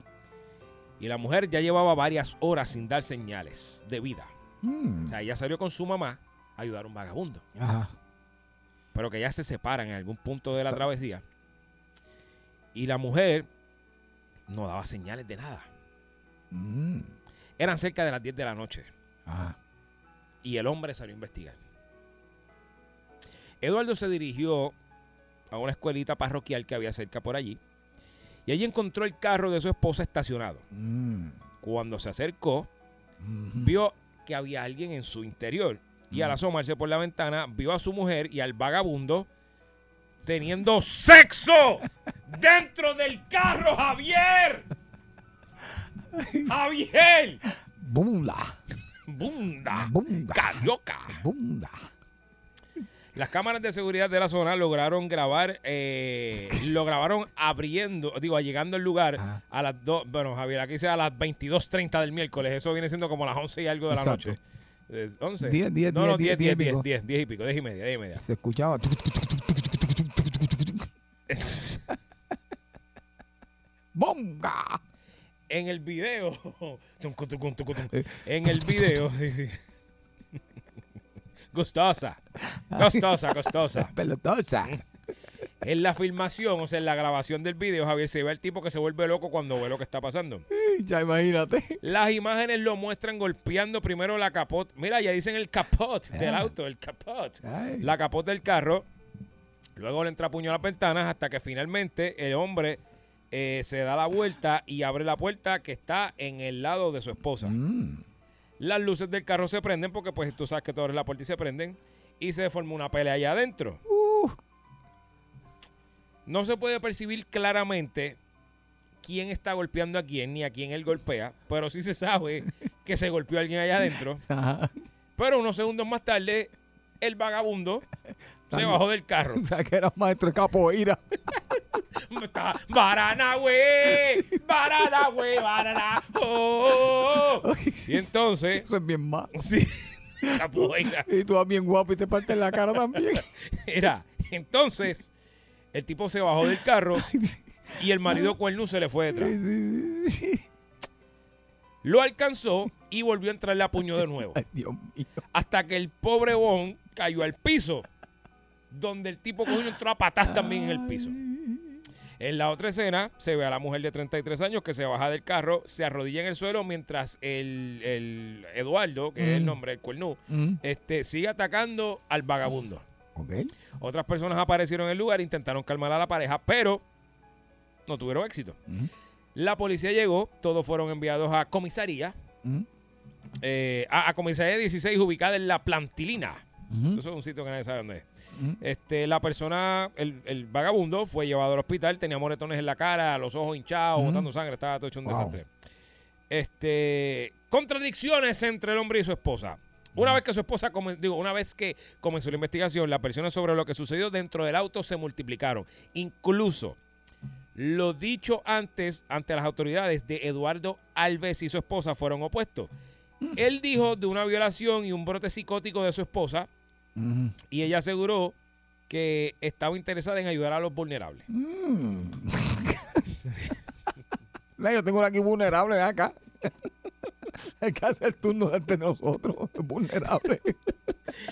Speaker 5: y la mujer ya llevaba varias horas sin dar señales de vida.
Speaker 3: Mm,
Speaker 5: O sea, ella salió con su mamá a ayudar a un vagabundo,
Speaker 3: Ajá.
Speaker 5: pero que ya se separan en algún punto de la travesía. Y la mujer no daba señales de nada.
Speaker 3: Mm,
Speaker 5: Eran cerca de las 10 de la noche.
Speaker 3: Ajá.
Speaker 5: y el hombre salió a investigar. Eduardo se dirigió a una escuelita parroquial que había cerca por allí y allí encontró el carro de su esposa estacionado.
Speaker 3: Mm,
Speaker 5: Cuando se acercó,
Speaker 3: mhm.
Speaker 5: vio que había alguien en su interior y al asomarse por la ventana vio a su mujer y al vagabundo teniendo sexo dentro del carro, Javier. Javier,
Speaker 3: Bunda.
Speaker 5: bunda,
Speaker 3: Bunda.
Speaker 5: carioca.
Speaker 3: Bunda.
Speaker 5: Las cámaras de seguridad de la zona lograron grabar, eh, lo grabaron abriendo, digo, llegando al lugar
Speaker 3: Ajá.
Speaker 5: a las 2, bueno, Javier, aquí sea a las 22.30 del miércoles, eso viene siendo como las 11 y algo de la
Speaker 3: Exacto.
Speaker 5: noche. Eh, 11.
Speaker 3: Diez, diez,
Speaker 5: no, no,
Speaker 3: diez,
Speaker 5: 10, 10,
Speaker 3: diez, diez y pico.
Speaker 5: 10, 10, 10 y pico, 10 y media, 10 y media.
Speaker 3: Se escuchaba. Bonga.
Speaker 5: en el video, tuncu, tuncu, tuncu, tuncu,
Speaker 3: Eh.
Speaker 5: en el video, sí, sí. gustosa, gustosa, gustosa.
Speaker 3: Pelotosa.
Speaker 5: En la filmación, o sea, en la grabación del video, Javier, se ve el tipo que se vuelve loco cuando ve lo que está pasando.
Speaker 3: Ya imagínate.
Speaker 5: Las imágenes lo muestran golpeando primero la capot. Mira, ya dicen el capot del auto, el capot.
Speaker 3: Ay.
Speaker 5: La capot del carro. Luego le entrapuñó las ventanas hasta que finalmente el hombre eh, se da la vuelta y abre la puerta que está en el lado de su esposa.
Speaker 3: Mm.
Speaker 5: Las luces del carro se prenden porque pues tú sabes que tú abres la puerta y se prenden. Y se formó una pelea allá adentro. No se puede percibir claramente quién está golpeando a quién ni a quién él golpea, pero sí se sabe que se golpeó a alguien allá adentro. Pero unos segundos más tarde, el vagabundo se bajó del carro.
Speaker 3: O sea, que era un maestro de capoeira.
Speaker 5: Está Baranahue, Baranahue, Baraná. oh, oh, oh. Y entonces,
Speaker 3: Eso es bien mal.
Speaker 5: sí, capoeira.
Speaker 3: Y tú vas bien guapo y te partes la cara también.
Speaker 5: Era, entonces, el tipo se bajó del carro y el marido cuerno se le fue detrás. Lo alcanzó y volvió a entrarle a puño de nuevo.
Speaker 3: Ay, Dios mío.
Speaker 5: Hasta que el pobre Bon cayó al piso, donde el tipo cogió y entró a patas también en el piso. En la otra escena se ve a la mujer de 33 años que se baja del carro, se arrodilla en el suelo mientras el, el Eduardo, que es el
Speaker 3: Mm.
Speaker 5: nombre del cuernú,
Speaker 3: Mm.
Speaker 5: este, sigue atacando al vagabundo.
Speaker 3: Ok.
Speaker 5: Otras personas aparecieron en el lugar, intentaron calmar a la pareja, pero no tuvieron éxito.
Speaker 3: Ujú.
Speaker 5: La policía llegó, todos fueron enviados a comisaría,
Speaker 3: Mm.
Speaker 5: eh, a, a comisaría 16 ubicada en La Plantilina.
Speaker 3: Ujú.
Speaker 5: Eso es un sitio que nadie sabe dónde es.
Speaker 3: Ujú.
Speaker 5: Este, la persona, el, el vagabundo, fue llevado al hospital, tenía moretones en la cara, los ojos hinchados,
Speaker 3: Ujú.
Speaker 5: botando sangre, estaba todo hecho un
Speaker 3: Wow.
Speaker 5: desastre. Este, contradicciones entre el hombre y su esposa. Una vez que su esposa, come- digo, una vez que comenzó la investigación, las versiones sobre lo que sucedió dentro del auto se multiplicaron. Incluso lo dicho antes ante las autoridades de Eduardo Alves y su esposa fueron opuestos.
Speaker 3: Mm.
Speaker 5: Él dijo de una violación y un brote psicótico de su esposa,
Speaker 3: Ujú.
Speaker 5: y ella aseguró que estaba interesada en ayudar a los vulnerables.
Speaker 3: Mm. Mira, Yo tengo una aquí vulnerable ven acá. Hay que hacer turno de entre nosotros, vulnerable.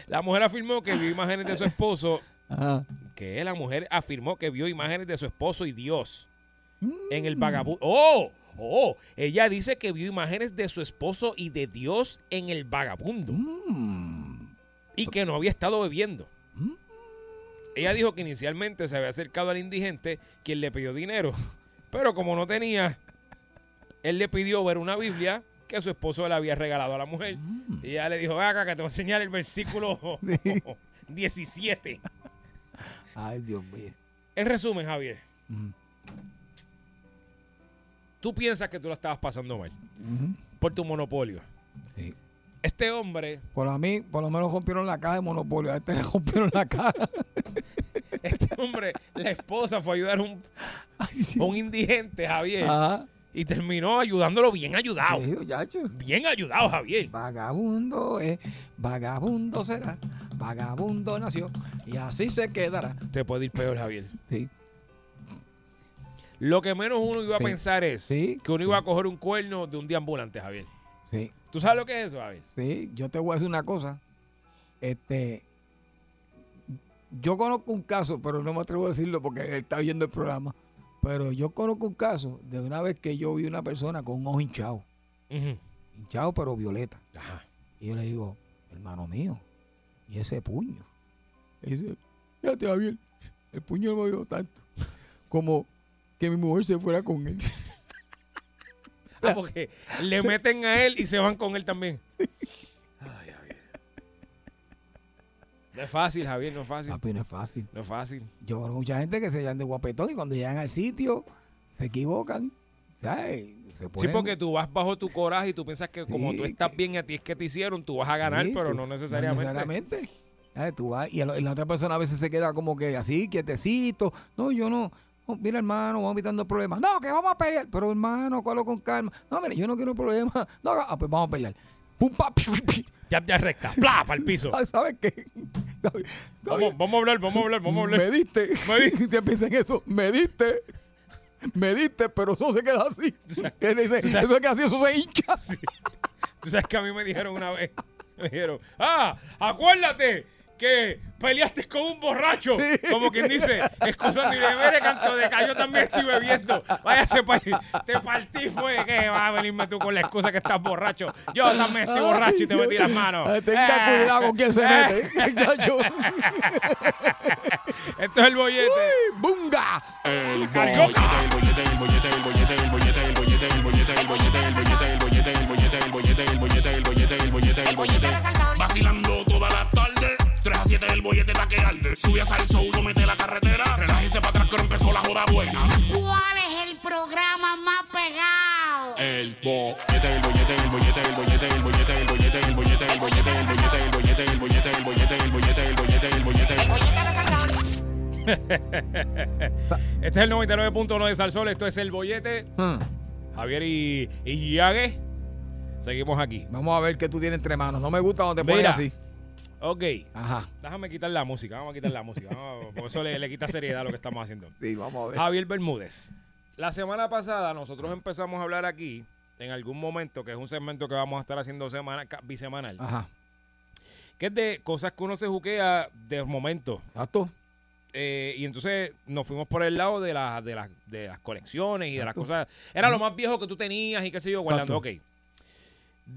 Speaker 5: La mujer afirmó que vio imágenes de su esposo,
Speaker 3: Ajá.
Speaker 5: que la mujer afirmó que vio imágenes de su esposo y Dios en el vagabundo. ¡Oh! ¡Oh! Ella dice que vio imágenes de su esposo y de Dios en el vagabundo
Speaker 3: Mm.
Speaker 5: y que no había estado bebiendo. Ella dijo que inicialmente se había acercado al indigente, quien le pidió dinero, pero como no tenía, él le pidió ver una Biblia que su esposo le había regalado a la mujer. Y ella le dijo, "Ven acá, que te voy a enseñar el versículo 17.
Speaker 3: Ay, Dios mío.
Speaker 5: En resumen, Javier,
Speaker 3: Mm.
Speaker 5: tú piensas que tú la estabas pasando mal por tu monopolio.
Speaker 3: Sí.
Speaker 5: Este hombre,
Speaker 3: Por a mí, por lo menos rompieron la cara de monopolio. A este le rompieron la cara.
Speaker 5: este hombre, la esposa fue a ayudar a un,
Speaker 3: Ay, sí.
Speaker 5: a un indigente, Javier,
Speaker 3: Ajá.
Speaker 5: y terminó ayudándolo bien ayudado.
Speaker 3: Sí, muchacho.
Speaker 5: Bien ayudado, Javier.
Speaker 3: Vagabundo es, vagabundo será, vagabundo nació y así se quedará.
Speaker 5: Te puede ir peor, Javier.
Speaker 3: Sí,
Speaker 5: Lo que menos uno iba
Speaker 3: Sí.
Speaker 5: a pensar es
Speaker 3: Sí,
Speaker 5: que uno
Speaker 3: sí.
Speaker 5: iba a coger un cuerno de un deambulante, Javier.
Speaker 3: sí,
Speaker 5: ¿Tú sabes lo que es eso, Javier?
Speaker 3: sí. Yo te voy a decir una cosa. Este, yo conozco un caso, pero no me atrevo a decirlo porque él está viendo el programa. Pero yo conozco un caso de una vez que yo vi una persona con un ojo hinchado,
Speaker 5: Ujú.
Speaker 3: hinchado pero violeta.
Speaker 5: Ajá.
Speaker 3: Y yo le digo, hermano mío, ¿y ese puño? Y dice, fíjate, Javier, el puño no me dio tanto como que mi mujer se fuera con él.
Speaker 5: Ah, porque le meten a él y se van con él también. Ay, Javier. No es fácil, Javier, no es fácil.
Speaker 3: Papi, no es fácil.
Speaker 5: No es fácil.
Speaker 3: Yo conozco mucha gente que se llaman de guapetón y cuando llegan al sitio se equivocan. ¿Sabes? Se
Speaker 5: Sí,
Speaker 3: ponen-
Speaker 5: porque tú vas bajo tu coraje y tú piensas que como
Speaker 3: Sí,
Speaker 5: tú estás
Speaker 3: que-
Speaker 5: bien y a ti es que te hicieron, tú vas a ganar,
Speaker 3: Sí,
Speaker 5: pero
Speaker 3: tú-
Speaker 5: no necesariamente.
Speaker 3: necesariamente. ¿Sabes? Tú vas y, a lo- y la otra persona a veces se queda como que así, quietecito. No, yo no. No, mira, hermano, vamos evitando problemas. No, que vamos a pelear. Pero, hermano, cualo con calma. No, mire, yo no quiero problemas. No, ah, pues vamos a pelear. Pum, pa, pi, pi, pi.
Speaker 5: Ya, ya recta, ¡plá! para el piso.
Speaker 3: ¿Sabes sabes qué? ¿Sabes? ¿Sabes?
Speaker 5: Vamos, vamos a hablar, vamos a hablar, vamos a hablar.
Speaker 3: Me diste.
Speaker 5: Me di-
Speaker 3: Te piensan eso. Me diste. Me diste, pero eso se queda así. ¿Qué dice?
Speaker 5: sabes-
Speaker 3: Eso se queda así, eso se hincha.
Speaker 5: Tú sabes que a mí me dijeron una vez, me dijeron, ah, acuérdate que peleaste con un borracho. Como quien dice, excusa mi deber, canto de callo también estoy bebiendo. Váyase pa' ahí. Te partí, fue que vas a venirme tú con la excusa que estás borracho. Yo también estoy borracho y te metí las manos.
Speaker 3: Ay, Tenga
Speaker 5: Eh,
Speaker 3: cuidado con quién se
Speaker 5: eh,
Speaker 3: mete. ¿eh? Chacho.
Speaker 5: Esto es el bollete.
Speaker 3: Uy, ¡Bunga!
Speaker 5: Cargó.
Speaker 6: El bollete de salsón.
Speaker 7: Vacilando toda la tarde. 3 a 7 el bollete está que arde. Sube a salso, uno mete la carretera. Relájese para atrás que ahora empezó la joda buena.
Speaker 6: ¿Cuál es el programa más pegado?
Speaker 7: El bollete, el bollete, el bollete, el bollete, el bollete, el bollete, el bollete, el bollete, el bollete, el bollete, el bollete, el bollete, el bollete, el bollete, el bollete.
Speaker 6: El bollete de salsón.
Speaker 5: Este es el 99.1 de Salsol. Esto es el bollete.
Speaker 3: Hmm.
Speaker 5: Javier y, y Yague. Seguimos aquí.
Speaker 3: Vamos a ver qué tú tienes entre manos. No me gusta cuando te pones
Speaker 5: Mira.
Speaker 3: así.
Speaker 5: Ok.
Speaker 3: Ajá.
Speaker 5: Déjame quitar la música. Vamos a quitar la música. Vamos, porque eso le, le quita seriedad a lo que estamos haciendo.
Speaker 3: Sí, vamos a ver.
Speaker 5: Javier Bermúdez. La semana pasada nosotros empezamos a hablar aquí, en algún momento, que es un segmento que vamos a estar haciendo semana, ca- bisemanal,
Speaker 3: Ajá.
Speaker 5: que es de cosas que uno se juquea de momento.
Speaker 3: Exacto.
Speaker 5: Eh, y entonces nos fuimos por el lado de, las de, las de las colecciones y de las cosas. Era lo más viejo que tú tenías y qué sé yo, guardando. Ok.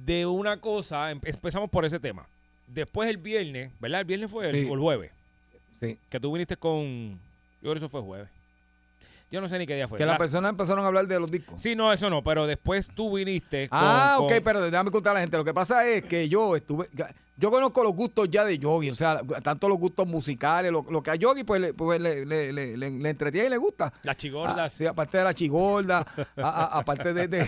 Speaker 5: De una cosa, em- empezamos por ese tema. Después el viernes, ¿verdad? El viernes fue el,
Speaker 3: Sí.
Speaker 5: o el jueves.
Speaker 3: Sí.
Speaker 5: Que tú viniste con. Yo creo que eso fue jueves. Yo no sé ni qué día fue.
Speaker 3: Que las
Speaker 5: La-
Speaker 3: personas empezaron a hablar de los discos.
Speaker 5: Sí, no, eso no, pero después tú viniste con.
Speaker 3: Ah,
Speaker 5: con-
Speaker 3: ok, pero déjame contar a la gente. Lo que pasa es que yo estuve. Yo conozco los gustos ya de Yogi, o sea, tanto los gustos musicales, lo, lo que a Yogi pues, le, pues, le, le- le- le- le entretiene y le gusta.
Speaker 5: Las
Speaker 3: Ah,
Speaker 5: chigordas.
Speaker 3: sí, aparte de la chigorda, a- a- aparte de, de-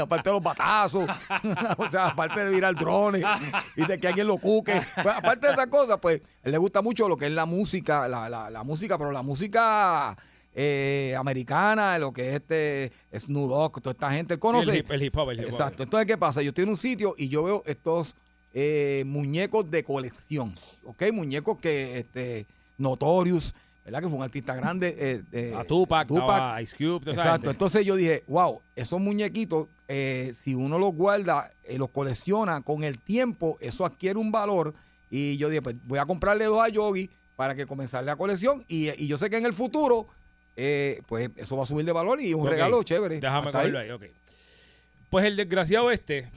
Speaker 3: aparte de los batazos, o sea, aparte de virar drones y de que alguien lo cuque. Pues, aparte de esas cosas, pues él le gusta mucho lo que es la música, la, la- la música, pero la música eh, americana, lo que es este Snoop Dogg, toda esta gente, él
Speaker 5: Sí,
Speaker 3: conoce.
Speaker 5: el, hip, el hip hop, el hip hop.
Speaker 3: Exacto. Entonces, ¿qué pasa? Yo estoy en un sitio y yo veo estos eh, muñecos de colección. ¿Ok? Muñecos que, este, Notorious, ¿verdad? Que fue un artista grande. Eh, eh,
Speaker 5: A Tupac,
Speaker 3: Tupac.
Speaker 5: estaba Ice Cube, toda esa
Speaker 3: Exacto.
Speaker 5: gente.
Speaker 3: Entonces yo dije, wow, esos muñequitos, eh, si uno los guarda, eh, los colecciona con el tiempo, eso adquiere un valor. Y yo dije, pues voy a comprarle dos a Yogi para que comenzar la colección. Y, y yo sé que en el futuro, eh, pues eso va a subir de valor y es un
Speaker 5: Ok,
Speaker 3: regalo chévere.
Speaker 5: Déjame
Speaker 3: Hasta ahí.
Speaker 5: cogerlo ahí, ok. Pues el desgraciado este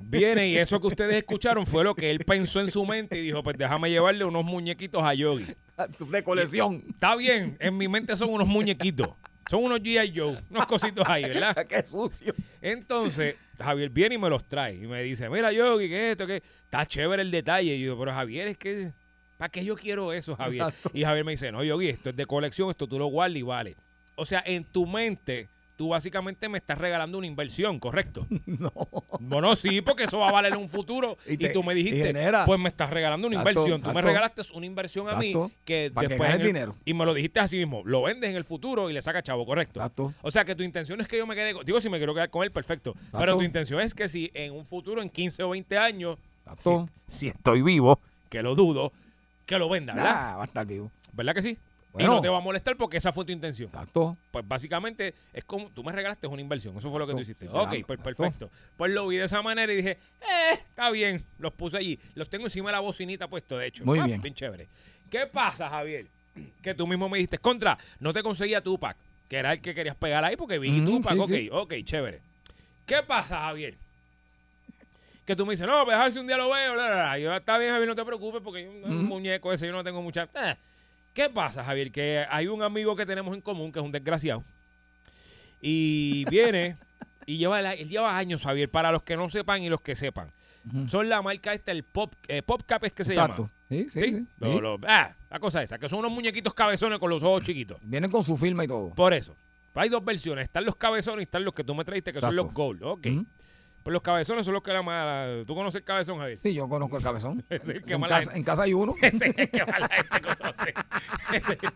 Speaker 5: viene y eso que ustedes escucharon fue lo que él pensó en su mente y dijo, pues déjame llevarle unos muñequitos a Yogi.
Speaker 3: De colección.
Speaker 5: Está bien, en mi mente son unos muñequitos. Son unos G.I. Joe, unos cositos ahí, ¿verdad?
Speaker 3: Qué sucio.
Speaker 5: Entonces, Javier viene y me los trae. Y me dice, mira, Yogi, ¿qué es esto? ¿Qué? Está chévere el detalle. Y yo, pero Javier, es que... ¿Para qué yo quiero eso, Javier?
Speaker 3: Exacto.
Speaker 5: Y Javier me dice, no, Yogi, esto es de colección, esto tú lo guardas y vale. O sea, en tu mente, tú básicamente me estás regalando una inversión, ¿correcto?
Speaker 3: No.
Speaker 5: Bueno, sí, porque eso va a valer en un futuro. Y,
Speaker 3: Y te-
Speaker 5: tú me dijiste,
Speaker 3: y genera.
Speaker 5: pues me estás regalando una
Speaker 3: Exacto,
Speaker 5: inversión. Tú me
Speaker 3: exacto.
Speaker 5: regalaste una inversión a mí
Speaker 3: Exacto.
Speaker 5: que
Speaker 3: Pa' que
Speaker 5: después. en
Speaker 3: ganes
Speaker 5: el-
Speaker 3: dinero.
Speaker 5: Y me lo dijiste así mismo. Lo vendes en el futuro y le sacas chavo, correcto.
Speaker 3: Exacto.
Speaker 5: O sea que tu intención es que yo me quede. con- Digo, si me quiero quedar con él, perfecto. Pero tu intención es que si en un futuro, en 15 o 20 años, si,
Speaker 3: Exacto.
Speaker 5: si estoy vivo, que lo dudo, que lo venda, ¿verdad?
Speaker 3: Nah, va a estar vivo.
Speaker 5: ¿Verdad que sí?
Speaker 3: Bueno.
Speaker 5: Y no te va a molestar porque esa fue tu intención
Speaker 3: Exacto.
Speaker 5: pues básicamente es como tú me regalaste una inversión. Eso fue lo que tú hiciste.
Speaker 3: Exacto.
Speaker 5: Ok,
Speaker 3: Claro,
Speaker 5: pues
Speaker 3: exacto.
Speaker 5: perfecto. Pues lo vi de esa manera y dije, eh, está bien. Los puse allí. Los tengo encima de la bocinita puesto, de hecho.
Speaker 3: Muy
Speaker 5: Ah,
Speaker 3: bien.
Speaker 5: chévere. ¿Qué pasa, Javier? Que tú mismo me dijiste, contra, no te conseguía Tupac, que era el que querías pegar ahí porque vi
Speaker 3: Mm,
Speaker 5: Tupac.
Speaker 3: sí,
Speaker 5: ok,
Speaker 3: sí.
Speaker 5: ok, chévere. ¿Qué pasa, Javier? Que tú me dices, no, pues a ver si un día lo veo. bla, bla, bla". Yo, está bien, Javier, no te preocupes porque yo, un
Speaker 3: Mm.
Speaker 5: muñeco ese, yo no tengo mucha... Eh. ¿Qué pasa, Javier? Que hay un amigo que tenemos en común, que es un desgraciado, y viene y lleva, la- él lleva años, Javier, para los que no sepan y los que sepan. Son la marca esta, el Pop, eh, Popcap es que se
Speaker 3: Exacto.
Speaker 5: llama.
Speaker 3: Sí, sí,
Speaker 5: Sí,
Speaker 3: sí.
Speaker 5: Lo-
Speaker 3: Sí.
Speaker 5: lo- ah, la cosa esa, que son unos muñequitos cabezones con los ojos chiquitos.
Speaker 3: Vienen con su firma y todo.
Speaker 5: Por eso. Hay dos versiones. Están los cabezones y están los que tú me trajiste, que son
Speaker 3: Exacto.
Speaker 5: los gold. Ok.
Speaker 3: Ujú.
Speaker 5: Pues los cabezones son los que la mala. ¿Tú conoces el cabezón, Javier?
Speaker 3: Sí, yo conozco el cabezón.
Speaker 5: Es el que
Speaker 3: en,
Speaker 5: más la
Speaker 3: casa,
Speaker 5: gente-
Speaker 3: en casa hay uno.
Speaker 5: Ese es el que más la gente conoce. Ese es el que,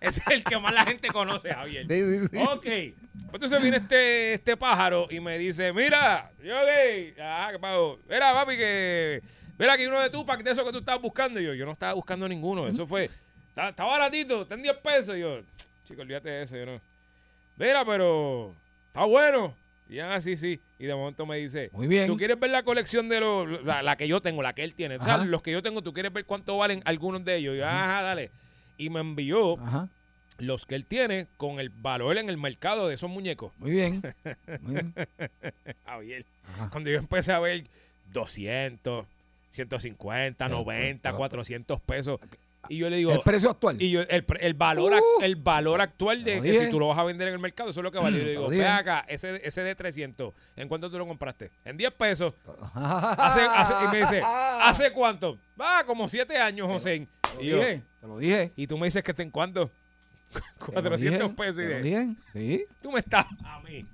Speaker 5: ese es el que más la gente conoce, Javier.
Speaker 3: Sí, sí, sí.
Speaker 5: Ok. Pues entonces viene este, este pájaro y me dice, mira, yo gay. Ah, qué pago. Mira, papi, que... Mira aquí uno de Tupac, de eso que tú estabas buscando. Y yo, yo no estaba buscando ninguno. Eso fue... Está, está baratito, está en 10 pesos. Y yo, chico, olvídate de eso. Yo no... Mira, pero... Está bueno. Y ya, ah, sí, sí. Y de momento me dice,
Speaker 3: Muy bien.
Speaker 5: ¿tú quieres ver la colección de los, la, la que yo tengo, la que él tiene? O sea,
Speaker 3: Ajá.
Speaker 5: los que yo tengo, ¿tú quieres ver cuánto valen algunos de ellos? Y yo, ajá, dale. Y me envió
Speaker 3: Ajá.
Speaker 5: los que él tiene con el valor en el mercado de esos muñecos.
Speaker 3: Muy bien. Muy bien.
Speaker 5: Javier, cuando yo empecé a ver 200, 150, 90,
Speaker 3: pero-
Speaker 5: 400 pesos. Y yo le digo,
Speaker 3: El precio actual.
Speaker 5: Y yo, el, pre- el valor, ac-
Speaker 3: Uh. Mm,
Speaker 5: el valor actual
Speaker 3: Te
Speaker 5: de
Speaker 3: lo
Speaker 5: que
Speaker 3: dije.
Speaker 5: si tú lo vas a vender en el mercado, eso es lo que vale. Yo
Speaker 3: te
Speaker 5: le
Speaker 3: lo
Speaker 5: digo,
Speaker 3: dije.
Speaker 5: ve acá, ese, ese de 300, ¿en cuánto tú lo compraste? En 10 pesos. Hace,
Speaker 3: hace,
Speaker 5: hace- y me dice,
Speaker 3: Ah.
Speaker 5: ¿hace cuánto? Va, como 7 años, José.
Speaker 3: Te
Speaker 5: Y, yo,
Speaker 3: lo dije. Te lo dije.
Speaker 5: y tú me dices que está en cuánto?
Speaker 3: te lo
Speaker 5: 400
Speaker 3: dije,
Speaker 5: pesos. Y
Speaker 3: Te lo
Speaker 5: de-
Speaker 3: dije. Sí.
Speaker 5: tú me estás a mí.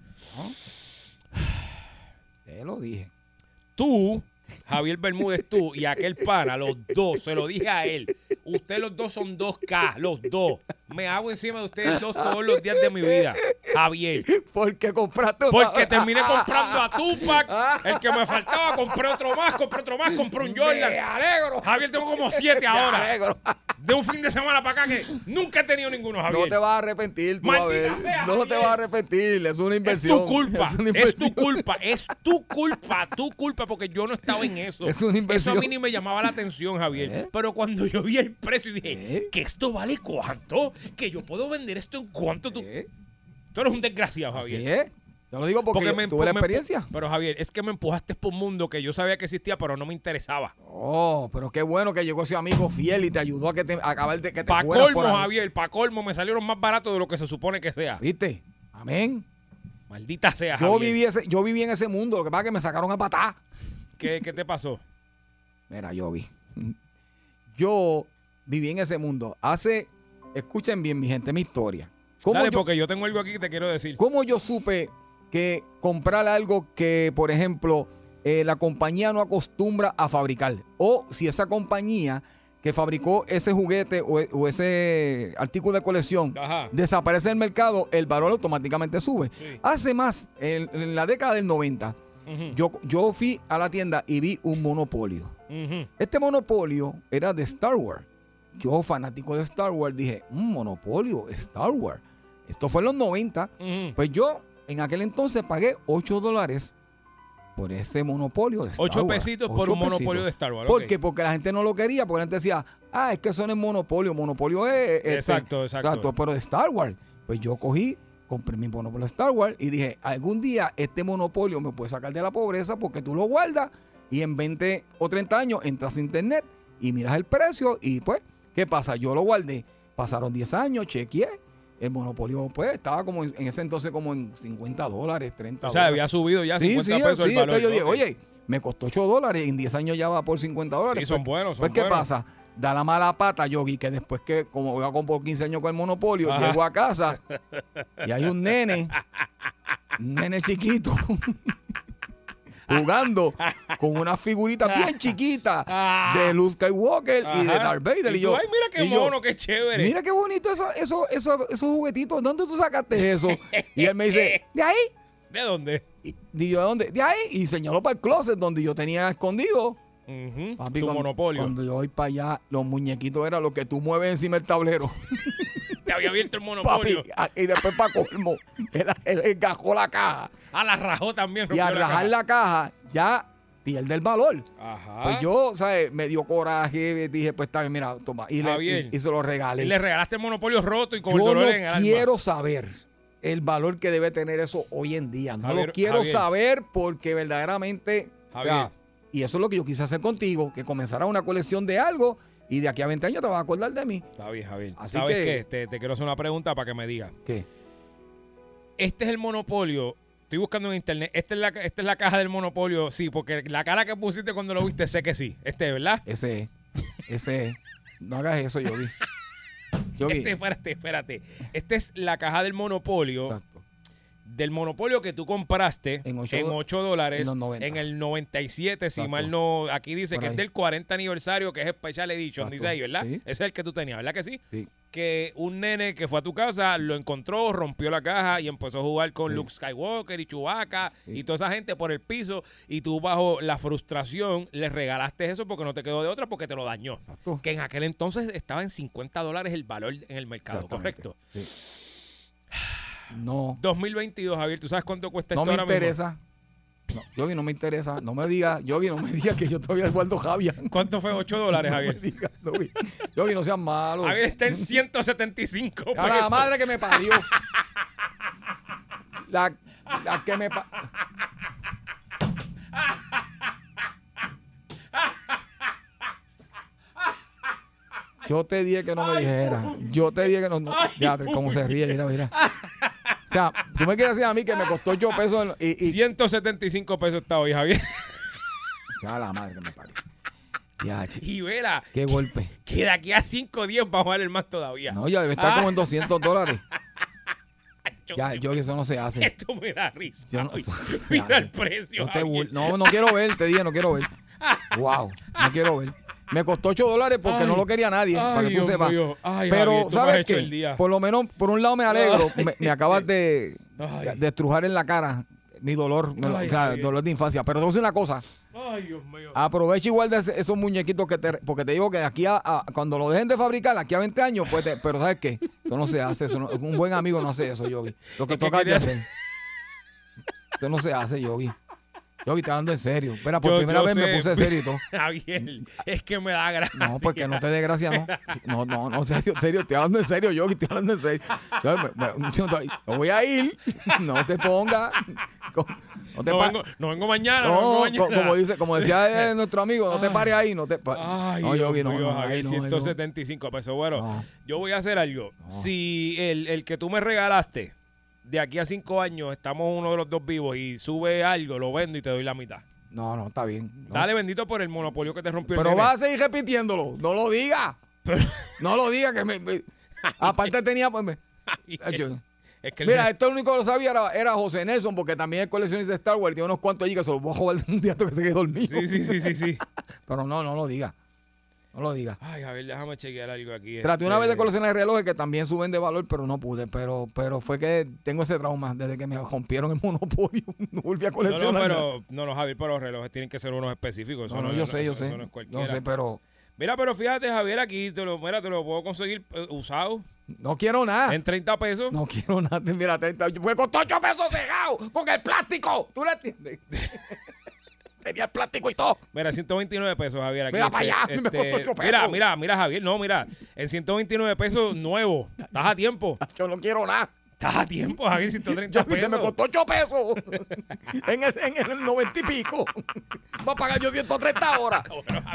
Speaker 3: Te lo dije.
Speaker 5: tú, Javier Bermúdez, tú y aquel pana, los dos, se lo dije a él. Ustedes los dos son 2K, los dos. Me hago encima de ustedes dos todos los días de mi vida, Javier.
Speaker 3: Porque compraste una-
Speaker 5: Porque terminé comprando a Tupac, el que me faltaba, compré otro más, compré otro más, compré un Jordan.
Speaker 3: Me alegro.
Speaker 5: Javier, tengo como siete
Speaker 3: Me
Speaker 5: ahora.
Speaker 3: alegro.
Speaker 5: De un fin de semana para acá que nunca he tenido ninguno,
Speaker 3: No te
Speaker 5: Javier.
Speaker 3: vas a arrepentir, tú
Speaker 5: Maldita
Speaker 3: a ver.
Speaker 5: sea,
Speaker 3: no te
Speaker 5: Javier.
Speaker 3: vas a arrepentir, es una
Speaker 5: Es
Speaker 3: inversión.
Speaker 5: tu culpa,
Speaker 3: una
Speaker 5: es tu
Speaker 3: inversión.
Speaker 5: culpa, es tu culpa, tu culpa, porque yo no estaba en eso.
Speaker 3: Es una
Speaker 5: eso
Speaker 3: inversión.
Speaker 5: a mí ni me llamaba la atención, Javier. Pero cuando yo vi el precio y dije,
Speaker 3: ¿Eh?
Speaker 5: ¿que esto vale cuánto? ¿Que yo puedo vender esto en cuánto? Tú,
Speaker 3: ¿Eh?
Speaker 5: tú eres un desgraciado,
Speaker 3: Así
Speaker 5: Javier.
Speaker 3: es. ¿eh? Yo lo digo porque, tuve
Speaker 5: empu-
Speaker 3: la
Speaker 5: empu-
Speaker 3: experiencia.
Speaker 5: pero Javier, es que me empujaste por un mundo que yo sabía que existía, pero no me interesaba.
Speaker 3: Oh, pero qué bueno que llegó ese amigo fiel y te ayudó a que te a acabar de que te
Speaker 5: Pa'
Speaker 3: fueras
Speaker 5: colmo,
Speaker 3: por ahí.
Speaker 5: Javier, pa' colmo, me salieron más baratos de lo que se supone que sea.
Speaker 3: ¿Viste? Amén.
Speaker 5: Maldita sea,
Speaker 3: Yo
Speaker 5: Javier.
Speaker 3: viví, ese, yo viví en ese mundo, lo que pasa es que me sacaron a patá.
Speaker 5: ¿Qué, qué te pasó?
Speaker 3: Mira, yo vi. Yo viví en ese mundo. Hace, escuchen bien, mi gente, mi historia. ¿Cómo,
Speaker 5: Dale,
Speaker 3: yo,
Speaker 5: porque yo tengo algo aquí que te quiero decir.
Speaker 3: cómo yo supe que comprar algo que, por ejemplo, eh, la compañía no acostumbra a fabricar? O si esa compañía que fabricó ese juguete o, e- o ese artículo de colección
Speaker 5: Ajá.
Speaker 3: desaparece del mercado, el valor automáticamente sube.
Speaker 5: Sí. Mm.
Speaker 3: Hace más, en, en la década del 90,
Speaker 5: Ujú.
Speaker 3: yo, yo fui a la tienda y vi un monopolio.
Speaker 5: Ujú.
Speaker 3: Este monopolio era de Star Wars. Yo, fanático de Star Wars, dije, "Mm, monopolio, Star Wars. Esto fue en los 90.
Speaker 5: Ujú.
Speaker 3: Pues yo, en aquel entonces, pagué 8 dólares por ese monopolio de Star
Speaker 5: Ocho
Speaker 3: Wars.
Speaker 5: pesitos por
Speaker 3: Ocho
Speaker 5: un monopolio de Star Wars,
Speaker 3: ¿Por
Speaker 5: ok.
Speaker 3: qué? Porque la gente no lo quería, porque la gente decía, ah, es que eso no es monopolio, monopolio es... este,
Speaker 5: Exacto, exacto.
Speaker 3: Pero de Star Wars. Pues yo cogí, compré mi monopolio de Star Wars y dije, algún día este monopolio me puede sacar de la pobreza porque tú lo guardas y en 20 o 30 años entras a internet y miras el precio y pues, ¿qué pasa? Yo lo guardé. Pasaron 10 años, chequeé. El monopolio, pues, estaba como en, en ese entonces como en 50 dólares, 30
Speaker 5: O sea,
Speaker 3: dólares
Speaker 5: había subido ya
Speaker 3: sí,
Speaker 5: 50
Speaker 3: sí,
Speaker 5: pesos
Speaker 3: sí,
Speaker 5: el valor.
Speaker 3: entonces yo dije,
Speaker 5: Ok.
Speaker 3: oye, me costó 8 dólares, en 10 años ya va por 50 dólares.
Speaker 5: Sí, son buenos, son
Speaker 3: pues, ¿qué
Speaker 5: buenos.
Speaker 3: pasa? Da la mala pata, Yogi, que después que, como voy a comprar 15 años con el monopolio,
Speaker 5: Ajá.
Speaker 3: llego a casa y hay un nene, un nene chiquito, jugando con una figurita bien chiquita de Luke Skywalker y de
Speaker 5: Ah. Ajá.
Speaker 3: Darth Vader.
Speaker 5: Y
Speaker 3: Y,
Speaker 5: tú,
Speaker 3: yo,
Speaker 5: ay, mira qué
Speaker 3: y yo,
Speaker 5: mono, qué chévere.
Speaker 3: Mira qué bonito eso, eso, eso- esos juguetitos. ¿Dónde tú sacaste eso? Y él me dice, de ahí.
Speaker 5: ¿De dónde?
Speaker 3: Y, y yo, ¿de dónde? De ahí. Y señaló para el closet donde yo tenía escondido.
Speaker 5: Ujú,
Speaker 3: Papi,
Speaker 5: tu
Speaker 3: cuando-
Speaker 5: monopolio.
Speaker 3: Cuando yo voy para allá, los muñequitos eran lo que tú mueves encima del tablero.
Speaker 5: Te había abierto el
Speaker 3: Papi,
Speaker 5: monopolio.
Speaker 3: a- y después para colmo, él, él engajó la caja.
Speaker 5: A Ah, la rajó también.
Speaker 3: Y
Speaker 5: rompió
Speaker 3: al rajar la caja, ya pierde el valor.
Speaker 5: caja. Ajá.
Speaker 3: Pues yo, ¿sabes? Me dio coraje, dije, pues está bien, mira, toma. Y, le-
Speaker 5: Javier.
Speaker 3: y- y se lo regalé.
Speaker 5: Y le regalaste el monopolio roto y con el
Speaker 3: yo
Speaker 5: dolor
Speaker 3: no
Speaker 5: en el alma.
Speaker 3: quiero saber el valor que debe tener eso hoy en día. No
Speaker 5: Javier,
Speaker 3: lo quiero
Speaker 5: Javier.
Speaker 3: saber porque verdaderamente. o sea,
Speaker 5: Javier.
Speaker 3: y eso es lo que yo quise hacer contigo, que comenzara una colección de algo y de aquí a 20 años te vas a acordar de mí.
Speaker 5: Está bien, Javier.
Speaker 3: Así
Speaker 5: ¿Sabes
Speaker 3: que-
Speaker 5: qué? Te, te quiero hacer una pregunta para que me digas.
Speaker 3: ¿Qué?
Speaker 5: Este es el monopolio. Estoy buscando en internet. Esta es, la, ca- esta es la caja del monopolio. Sí, porque la cara que pusiste cuando lo viste, sé que sí. Este, ¿verdad?
Speaker 3: Ese es. Ese es. No hagas eso, Yogi. Yogi.
Speaker 5: Este, espérate, espérate. Esta es la caja del monopolio.
Speaker 3: Exacto.
Speaker 5: del monopolio que tú compraste en
Speaker 3: En
Speaker 5: 8,
Speaker 3: ocho do-
Speaker 5: dólares
Speaker 3: en los 90.
Speaker 5: en el 97, si
Speaker 3: Exacto.
Speaker 5: mal no, aquí dice
Speaker 3: Por
Speaker 5: que es
Speaker 3: ahí.
Speaker 5: del 40 aniversario, que es Special Edition,
Speaker 3: Exacto.
Speaker 5: dice ahí, ¿verdad?
Speaker 3: Sí.
Speaker 5: Ese es el que tú tenías, ¿verdad que sí?
Speaker 3: Sí.
Speaker 5: Que un nene que fue a tu casa lo encontró, rompió la caja y empezó a jugar con Luke Skywalker y Chewbacca y toda esa gente por el piso y tú bajo la frustración le regalaste eso porque no te quedó de otra porque te lo dañó.
Speaker 3: Exacto.
Speaker 5: Que en aquel entonces estaba en 50 dólares el valor en el mercado,
Speaker 3: Exactamente.
Speaker 5: ¿correcto?
Speaker 3: Sí. No,
Speaker 5: 2022, Javier, ¿tú sabes cuánto cuesta
Speaker 3: no
Speaker 5: esto
Speaker 3: me
Speaker 5: ahora mismo?
Speaker 3: interesa. No, Yogi, no me interesa. No me diga, Yogi, no me diga que yo todavía guardo Javier.
Speaker 5: ¿Cuánto fue? 8 dólares, Javier.
Speaker 3: Diga, Yogi, Yogi, no seas malo.
Speaker 5: Javier está en 175 pesos.
Speaker 3: A la madre que me parió. La, la que me pa- Yo te dije que no me dijera. Yo te dije que no. no. Ya, cómo se ríe, mira, mira. O sea, tú me quieres decir a mí que me costó 8 pesos en- y, y-
Speaker 5: 175 pesos está hoy, Javier.
Speaker 3: O sea, a la madre que me parió. Ya, chi-
Speaker 5: Y verá
Speaker 3: qué golpe.
Speaker 5: que de aquí a 5 o 10 va a valer más todavía.
Speaker 3: No, ya debe estar como en 200 dólares.
Speaker 5: Yo-
Speaker 3: Ya, yo eso no se hace.
Speaker 5: Esto me da risa.
Speaker 3: Yo no-
Speaker 5: Uy,
Speaker 3: Ya,
Speaker 5: mira el
Speaker 3: yo-
Speaker 5: precio.
Speaker 3: No, te
Speaker 5: Javier.
Speaker 3: bur- no, no quiero ver, te dije, no quiero ver. Wow, no quiero ver. Me costó 8 dólares porque
Speaker 5: Ay.
Speaker 3: no lo quería nadie,
Speaker 5: Ay,
Speaker 3: para que tú
Speaker 5: Dios
Speaker 3: sepas.
Speaker 5: mío. Ay, Javier, tú me
Speaker 3: Pero,
Speaker 5: has
Speaker 3: ¿sabes
Speaker 5: hecho el
Speaker 3: qué?
Speaker 5: día.
Speaker 3: Por lo menos, por un lado me alegro,
Speaker 5: Ay.
Speaker 3: me, me acabas de,
Speaker 5: Ay.
Speaker 3: de estrujar en la cara mi dolor, me lo-
Speaker 5: Ay,
Speaker 3: o sea,
Speaker 5: Javier.
Speaker 3: dolor de infancia. Pero te voy a decir una cosa,
Speaker 5: Ay, Dios mío.
Speaker 3: Ah, aprovecha igual de esos muñequitos que te, porque te digo que de aquí a, a- cuando lo dejen de fabricar, aquí a 20 años, pues, te- pero ¿sabes qué? Eso no se hace, eso no- un buen amigo no hace eso, Yogi. Lo que
Speaker 5: ¿Y qué
Speaker 3: toca es de
Speaker 5: querías?
Speaker 3: hacer. Eso no se hace, Yogi. Yogi, te dando en serio. Espera, por
Speaker 5: Yo-
Speaker 3: primera
Speaker 5: yo
Speaker 3: vez
Speaker 5: sé.
Speaker 3: me puse serio y todo.
Speaker 5: Javier, es que me da gracia.
Speaker 3: No, porque no te dé gracia, no. No, no, no, en serio, en serio, estoy hablando en serio, yo estoy hablando en serio. Yo, me- me- yo no estoy- no voy a ir, no te ponga. co- No te
Speaker 5: No
Speaker 3: pa-
Speaker 5: vengo, no vengo mañana. No,
Speaker 3: no,
Speaker 5: vengo
Speaker 3: co-
Speaker 5: mañana.
Speaker 3: como, dice, como decía eh, nuestro amigo, no te pares ahí, no te pares.
Speaker 5: Ay,
Speaker 3: no,
Speaker 5: Dios
Speaker 3: Yogi, no,
Speaker 5: mío,
Speaker 3: no,
Speaker 5: Javier,
Speaker 3: ay, no, ay, no.
Speaker 5: 175 pesos. Bueno,
Speaker 3: No.
Speaker 5: yo voy a hacer algo. Si el, el que tú me regalaste, de aquí a cinco años, estamos uno de los dos vivos y sube algo, lo vendo y te doy la mitad.
Speaker 3: No, no, está bien. No,
Speaker 5: Dale pues, bendito por el monopolio que te rompió el
Speaker 3: pero
Speaker 5: nene.
Speaker 3: vas a seguir repitiéndolo, no lo diga.
Speaker 5: Pero-
Speaker 3: No lo diga, que me. me- aparte tenía. pues, me- yo-
Speaker 5: es que el
Speaker 3: Mira,
Speaker 5: nene-
Speaker 3: esto el único que lo sabía era, era José Nelson, porque también es coleccionista de Star Wars. Tiene unos cuantos allí que se los voy a jugar un día hasta que se quede dormido.
Speaker 5: Sí, sí, sí, sí, sí.
Speaker 3: Pero no, no lo diga. No lo diga.
Speaker 5: Ay, a ver, déjame chequear algo aquí.
Speaker 3: Traté una
Speaker 5: este.
Speaker 3: vez de coleccionar relojes que también suben de valor, pero no pude. Pero, pero fue que tengo ese trauma desde que me rompieron el monopolio. No volví a
Speaker 5: No, no,
Speaker 3: coleccionar. nada.
Speaker 5: pero, no, no, Javier, pero los relojes tienen que ser unos específicos.
Speaker 3: No, no, yo sé, yo sé. Yo sé, pero
Speaker 5: Mira, pero fíjate, Javier, aquí te lo, mira, te lo puedo conseguir eh, usado
Speaker 3: no quiero nada.
Speaker 5: en 30 pesos.
Speaker 3: Ah. No quiero nada. Mira, 30. Pues costó 8 pesos cejado con el plástico. ¿Tú lo entiendes? Tenía el plástico y todo.
Speaker 5: Mira, 129 pesos, Javier. Aquí, este,
Speaker 3: Mira pa' allá, me costó ocho
Speaker 5: Mira,
Speaker 3: pesos.
Speaker 5: mira, mira, Javier. No, mira. En 129 pesos nuevo. Estás a tiempo.
Speaker 3: Yo no quiero nada.
Speaker 5: Estás a tiempo, Javier, 130
Speaker 3: Yo, y
Speaker 5: pesos.
Speaker 3: se me costó 8 pesos en el, en el 90 y pico. Va a pagar yo 130 ahora.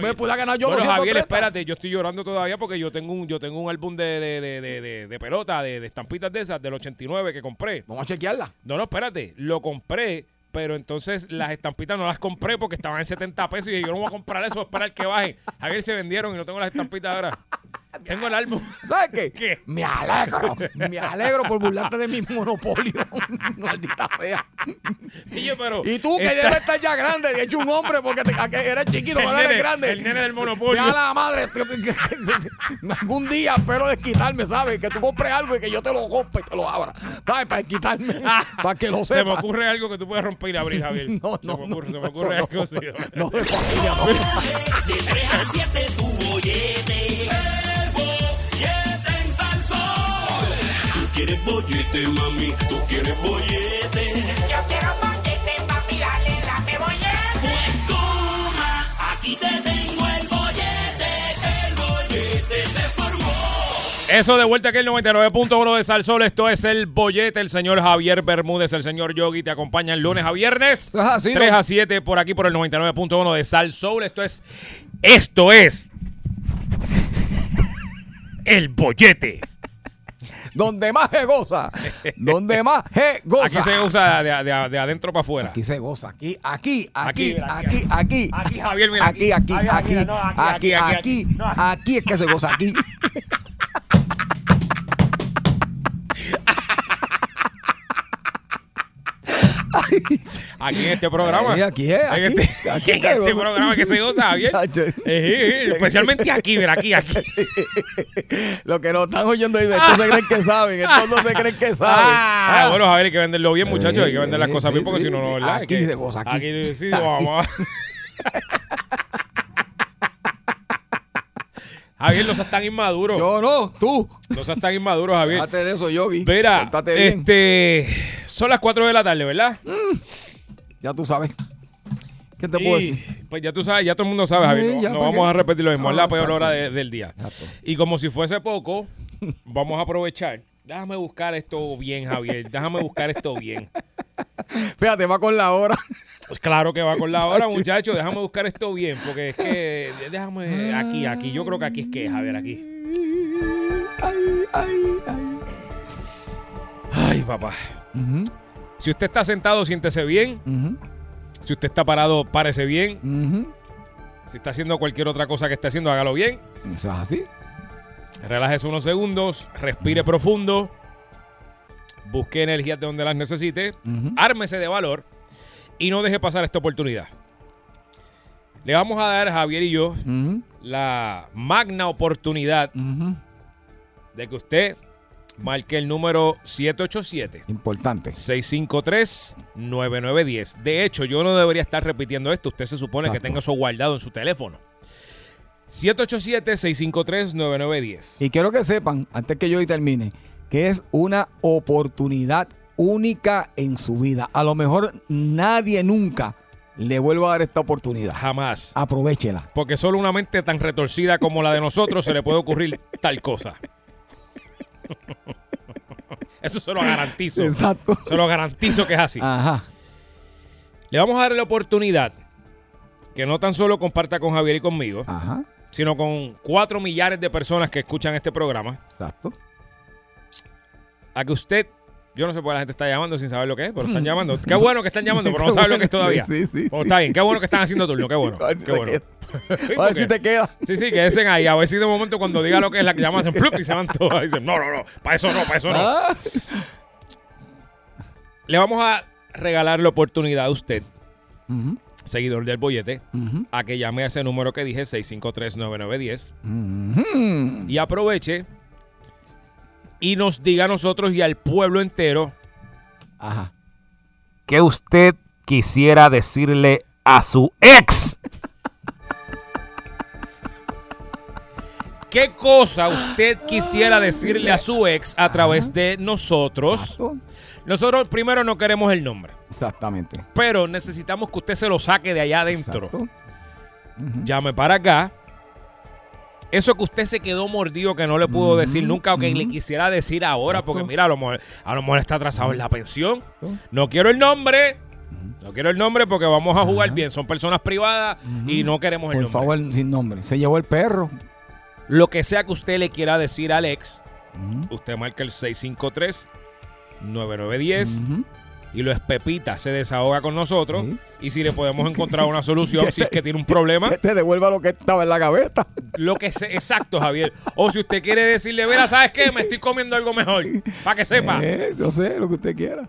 Speaker 3: me pude ganar yo
Speaker 5: Bueno,
Speaker 3: 230.
Speaker 5: Javier, espérate, yo estoy llorando todavía porque yo tengo un, yo tengo un álbum de, de, de, de, de- de pelota, de, de estampitas de esas, del 89 que compré.
Speaker 3: Vamos a chequearla.
Speaker 5: No, no, espérate, lo compré, pero entonces las estampitas no las compré porque estaban en 70 pesos y dije, yo no voy a comprar eso, voy a esperar que bajen. Javier se vendieron y no tengo las estampitas ahora. Tengo el álbum.
Speaker 3: ¿Sabes qué?
Speaker 5: ¿Qué?
Speaker 3: Me alegro. Me alegro por burlarte de mi monopolio. Maldita sea.
Speaker 5: Dije, pero
Speaker 3: Y tú que
Speaker 5: está-
Speaker 3: debes estar ya grande. De hecho, un hombre porque te, que eres chiquito,
Speaker 5: El
Speaker 3: pero eres
Speaker 5: nene-
Speaker 3: grande.
Speaker 5: el nene del monopolio.
Speaker 3: Sea la madre. Algún día espero desquitarme, ¿sabes? Que tú compres algo y que yo te lo compre y te lo abra. ¿Sabes? Para quitarme. Para que lo sepas.
Speaker 5: Ah, Se me ocurre algo que tú puedes romper y abrir, Javier.
Speaker 3: No, no,
Speaker 5: se me ocurre,
Speaker 3: no,
Speaker 5: se me ocurre
Speaker 3: eso
Speaker 5: algo
Speaker 3: no.
Speaker 5: así.
Speaker 3: No, de familia no.
Speaker 1: De 3 a 7 tu bollete. El bollete en Salsón. Tú quieres bollete, mami. Tú quieres bollete. Yo quiero bollete, papi. Dale, dame bollete. Pues toma, aquí te tengo el bollete. El bollete se formó.
Speaker 5: Eso de vuelta aquí el 99.1 de Salsol. Esto es el bollete. El señor Javier Bermúdez, el señor Yogi, te acompañan lunes a viernes.
Speaker 3: Eso es así,
Speaker 5: 3
Speaker 3: ¿no?
Speaker 5: a 7 por aquí por el 99.1 de Salsol. Esto es. Esto es. El bollete.
Speaker 3: Donde más se goza. Donde más se goza.
Speaker 5: Aquí se usa de, de- de adentro para afuera.
Speaker 3: Aquí se goza. Aquí, aquí, aquí,
Speaker 5: mira, aquí,
Speaker 3: aquí, aquí.
Speaker 5: Aquí, Javier, mira,
Speaker 3: Aquí, aquí,
Speaker 5: Javier,
Speaker 3: aquí,
Speaker 5: mira, no,
Speaker 3: aquí, aquí,
Speaker 5: no,
Speaker 3: aquí es que se goza. Aquí.
Speaker 5: Aquí en este programa.
Speaker 3: Eh, aquí es,
Speaker 5: En
Speaker 3: aquí,
Speaker 5: este,
Speaker 3: aquí
Speaker 5: en
Speaker 3: que
Speaker 5: este
Speaker 3: goza.
Speaker 5: programa que se goza, Javier.
Speaker 3: Chacho.
Speaker 5: Eh, eh, eh, especialmente aquí, mira, aquí, aquí.
Speaker 3: Lo que nos están oyendo ahí, estos se creen que saben. Estos no se creen que saben.
Speaker 5: Ah, bueno, Javier, hay que venderlo bien, muchachos.
Speaker 3: Eh,
Speaker 5: hay que vender las
Speaker 3: eh,
Speaker 5: cosas
Speaker 3: sí,
Speaker 5: bien, porque
Speaker 3: sí,
Speaker 5: si no,
Speaker 3: sí.
Speaker 5: no, ¿verdad?
Speaker 3: Aquí
Speaker 5: Es que-
Speaker 3: se goza, aquí.
Speaker 5: sí, vamos. Javier, no seas tan inmaduro.
Speaker 3: Yo no, tú.
Speaker 5: No seas tan inmaduro, Javier.
Speaker 3: Date de eso, Yogi.
Speaker 5: Mira,
Speaker 3: Pórtate bien.
Speaker 5: este, son las 4 de la tarde, ¿verdad?
Speaker 3: Ya tú sabes. ¿Qué te
Speaker 5: Y,
Speaker 3: puedo decir?
Speaker 5: Pues ya tú sabes, ya todo el mundo sabe, Javier.
Speaker 3: Sí,
Speaker 5: No,
Speaker 3: ya,
Speaker 5: no
Speaker 3: ¿para
Speaker 5: vamos
Speaker 3: qué?
Speaker 5: a repetir lo mismo. es la
Speaker 3: No,
Speaker 5: peor
Speaker 3: exacto.
Speaker 5: hora de- del día.
Speaker 3: Exacto.
Speaker 5: Y como si fuese poco, vamos a aprovechar. Déjame buscar esto bien, Javier. Déjame buscar esto bien.
Speaker 3: Fíjate, va con la hora.
Speaker 5: Pues claro que va con la hora, muchachos. Déjame buscar esto bien, porque es que. Déjame. Aquí,
Speaker 3: Ah.
Speaker 5: aquí. Yo creo que aquí es que es, Javier, aquí.
Speaker 3: Ay, ay, ay.
Speaker 5: Ay, papá.
Speaker 3: Ujú, Mm.
Speaker 5: Si usted está sentado, siéntese bien.
Speaker 3: ujú,
Speaker 5: Si usted está parado, párese bien.
Speaker 3: ujú.
Speaker 5: Si está haciendo cualquier otra cosa que esté haciendo, hágalo bien.
Speaker 3: Eso es así.
Speaker 5: Relájese unos segundos,
Speaker 3: Mm.
Speaker 5: respire profundo, busque energías de donde las necesite,
Speaker 3: Ujú.
Speaker 5: ármese de valor y no deje pasar esta oportunidad. Le vamos a dar, Javier y yo,
Speaker 3: Ujú,
Speaker 5: la magna oportunidad
Speaker 3: ujú.
Speaker 5: de que usted marque el número 787.
Speaker 3: Importante.
Speaker 5: 653-9910. De hecho, yo no debería estar repitiendo esto. Usted se supone que
Speaker 3: Exacto.
Speaker 5: tenga eso guardado en su teléfono. 787-653-9910.
Speaker 3: Y quiero que sepan, antes que yo hoy termine, que es una oportunidad única en su vida. A lo mejor nadie nunca le vuelva a dar esta oportunidad.
Speaker 5: Jamás.
Speaker 3: Aprovechela.
Speaker 5: Porque solo una mente tan retorcida como la de nosotros se le puede ocurrir tal cosa. Eso se lo garantizo.
Speaker 3: Exacto. Ah.
Speaker 5: Se lo garantizo que es así.
Speaker 3: Ajá.
Speaker 5: Le vamos a dar la oportunidad que no tan solo comparta con Javier y conmigo,
Speaker 3: Ajá.
Speaker 5: sino con cuatro millares de personas que escuchan este programa.
Speaker 3: Exacto.
Speaker 5: a que usted, yo no sé por qué la gente está llamando sin saber lo que es, pero están llamando. Qué bueno que están llamando, pero no
Speaker 3: Qué
Speaker 5: saben lo que es
Speaker 3: bueno.
Speaker 5: todavía.
Speaker 3: Sí, sí,
Speaker 5: Oh,
Speaker 3: sí.
Speaker 5: está bien, qué bueno que están haciendo turno, qué bueno.
Speaker 3: A ver si
Speaker 5: Qué
Speaker 3: te
Speaker 5: bueno. Sí,
Speaker 3: queda. A ver si
Speaker 5: porque-
Speaker 3: te queda.
Speaker 5: Sí, sí, quédense ahí. A ver si de momento cuando diga lo que es la que llaman, hacen plup y se van todas. Dicen, no, no, no, para eso no, para eso no.
Speaker 3: Ah.
Speaker 5: Le vamos a regalar la oportunidad a usted,
Speaker 3: Ujú,
Speaker 5: seguidor del bollete,
Speaker 3: ujú,
Speaker 5: a que llame a ese número que dije, 6539910,
Speaker 3: ujú.
Speaker 5: y aproveche y nos diga a nosotros y al pueblo entero
Speaker 3: Ajá.
Speaker 5: ¿Qué usted quisiera decirle a su ex? ¿Qué cosa usted quisiera decirle a su ex a través de nosotros?
Speaker 3: Exacto.
Speaker 5: Nosotros primero no queremos el nombre,
Speaker 3: Exactamente.
Speaker 5: pero necesitamos que usted se lo saque de allá adentro.
Speaker 3: Exacto.
Speaker 5: Llame para acá. Eso que usted se quedó mordido que no le pudo decir nunca o que le quisiera decir ahora, porque mira, a lo, mejor, a lo mejor está atrasado en la pensión. No quiero el nombre. No quiero el nombre porque vamos a jugar bien. Son personas privadas y no queremos el nombre.
Speaker 3: Por favor, sin nombre. Se llevó el perro.
Speaker 5: Lo que sea que usted le quiera decir al ex, usted marca el 653 9910
Speaker 3: Ujú.
Speaker 5: y lo espepita, se desahoga con nosotros.
Speaker 3: Sí.
Speaker 5: Y si le podemos encontrar una solución, si es que tiene un problema.
Speaker 3: Que te devuelva lo que estaba en la gaveta.
Speaker 5: Lo que se, exacto, Javier. O si usted quiere decirle, mira, ¿sabes qué? Me estoy comiendo algo mejor. Para que sepa.
Speaker 3: Eh, yo sé, lo que usted quiera.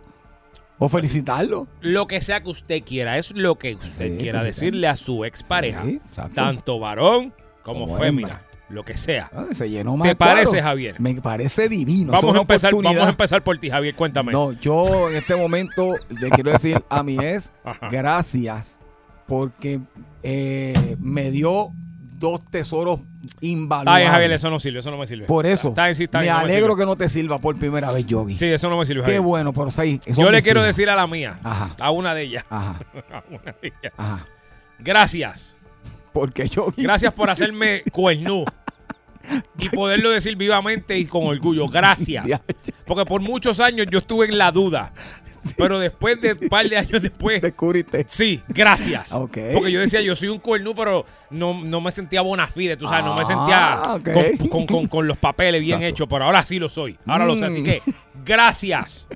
Speaker 3: O felicitarlo.
Speaker 5: Lo que sea que usted quiera, es lo que usted
Speaker 3: Sí,
Speaker 5: quiera
Speaker 3: sí, sí.
Speaker 5: decirle a su expareja.
Speaker 3: Sí, exacto.
Speaker 5: tanto varón como,
Speaker 3: Como
Speaker 5: fémina.
Speaker 3: hembra.
Speaker 5: Lo que sea.
Speaker 3: Ah, Se llenó más.
Speaker 5: ¿Te parece, Javier?
Speaker 3: Me parece divino. Es
Speaker 5: Vamos
Speaker 3: una
Speaker 5: a, empezar, vamos a
Speaker 3: oportunidad.
Speaker 5: empezar por ti, Javier. Cuéntame.
Speaker 3: No, yo en este momento le quiero decir a mi ex
Speaker 5: Ajá.
Speaker 3: gracias porque eh, me dio dos tesoros
Speaker 5: está
Speaker 3: invaluables.
Speaker 5: bien, Javier, eso no sirve, eso no me sirve.
Speaker 3: Por eso
Speaker 5: Está bien, sí, está
Speaker 3: me
Speaker 5: bien, no me
Speaker 3: alegro
Speaker 5: sirve.
Speaker 3: que no te sirva por primera vez, Yogi.
Speaker 5: Sí, eso no me sirve,
Speaker 3: Qué
Speaker 5: Javier.
Speaker 3: bueno, pero sí. son
Speaker 5: Yo le
Speaker 3: mis
Speaker 5: quiero
Speaker 3: hijas.
Speaker 5: decir a la mía,
Speaker 3: Ajá.
Speaker 5: a una de ellas,
Speaker 3: Ajá,
Speaker 5: a una de ellas.
Speaker 3: ajá.
Speaker 5: Gracias.
Speaker 3: Porque Yogi.
Speaker 5: Gracias por hacerme cuernú. Y poderlo decir vivamente y con orgullo. Gracias. Porque por muchos años yo estuve en la duda. Pero después de un par de años después,
Speaker 3: Descubriste.
Speaker 5: sí, gracias.
Speaker 3: Ah, Ok.
Speaker 5: Porque yo decía, yo soy un cuernú, pero no, no me sentía bona fide, tú sabes, no me sentía
Speaker 3: Ah, ok.
Speaker 5: con- con, con- con los papeles bien
Speaker 3: Exacto.
Speaker 5: hechos, pero ahora sí lo soy. Ahora lo sé. Así
Speaker 3: Mm.
Speaker 5: que, gracias.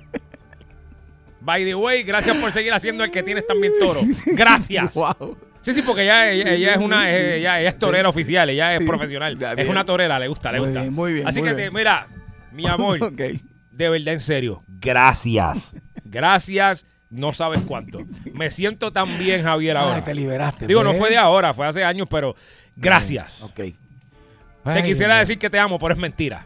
Speaker 5: By the way, gracias por seguir haciendo el que tienes también toro. Gracias.
Speaker 3: Wow.
Speaker 5: Sí, sí, porque ella, ella, ella es una eh, ella, ella es torera oficial, ella es
Speaker 3: Sí.
Speaker 5: profesional.
Speaker 3: Ya,
Speaker 5: Es
Speaker 3: bien.
Speaker 5: una torera, le gusta, le
Speaker 3: Muy
Speaker 5: gusta.
Speaker 3: bien, muy bien,
Speaker 5: Así
Speaker 3: muy
Speaker 5: que,
Speaker 3: bien.
Speaker 5: te- mira, mi amor,
Speaker 3: Ok.
Speaker 5: de verdad, en serio, gracias. Gracias, no sabes cuánto. Me siento tan bien, Javier, ahora.
Speaker 3: Ay, te liberaste.
Speaker 5: Digo, no
Speaker 3: ¿ves?
Speaker 5: fue de ahora, fue hace años, pero gracias.
Speaker 3: Ok.
Speaker 5: Te quisiera decir que te amo, pero es mentira.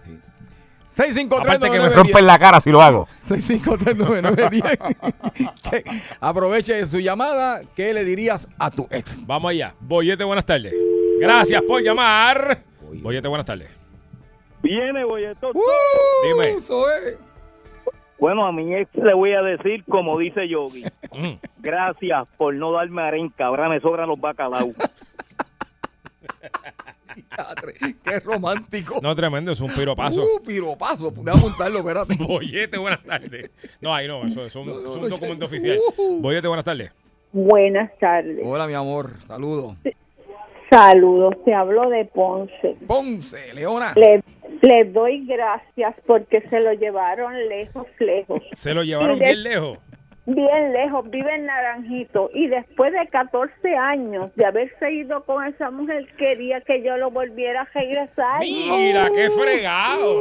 Speaker 5: Aparte que me
Speaker 3: 653
Speaker 5: rompen la cara si lo hago.
Speaker 3: 6539910. Que Aproveche su llamada. ¿Qué le dirías a tu ex?
Speaker 5: Vamos allá. Bollete, buenas tardes. Gracias por llamar. Bollete, buenas tardes.
Speaker 8: Viene, bolletón.
Speaker 5: Dime.
Speaker 9: Uh, Eso es.
Speaker 8: Bueno, a mi ex le voy a decir, como dice Yogi,
Speaker 5: Mm.
Speaker 8: gracias por no darme arenca, ahora me sobran los bacalaos.
Speaker 9: Diatre, Qué romántico.
Speaker 5: No, tremendo, es un piropazo.
Speaker 9: Uh, piropazo. Déjame apuntarlo, espérate.
Speaker 5: Bollete, buenas tardes. No, ahí no, eso es un,
Speaker 9: No, no,
Speaker 5: es un
Speaker 9: no,
Speaker 5: documento
Speaker 9: no.
Speaker 5: oficial.
Speaker 9: Uh.
Speaker 5: Bollete, buenas tardes.
Speaker 10: Buenas tardes.
Speaker 9: Hola, mi amor. Saludos.
Speaker 10: Saludos, te hablo de Ponce.
Speaker 9: Ponce, Leona.
Speaker 10: Le, le doy gracias porque se lo llevaron lejos, lejos.
Speaker 5: Se lo llevaron
Speaker 10: Sí, de-
Speaker 5: bien lejos.
Speaker 10: Bien lejos, vive en Naranjito. Y después de 14 años de haberse ido con esa mujer, quería que yo lo volviera a regresar.
Speaker 5: Mira, qué fregado.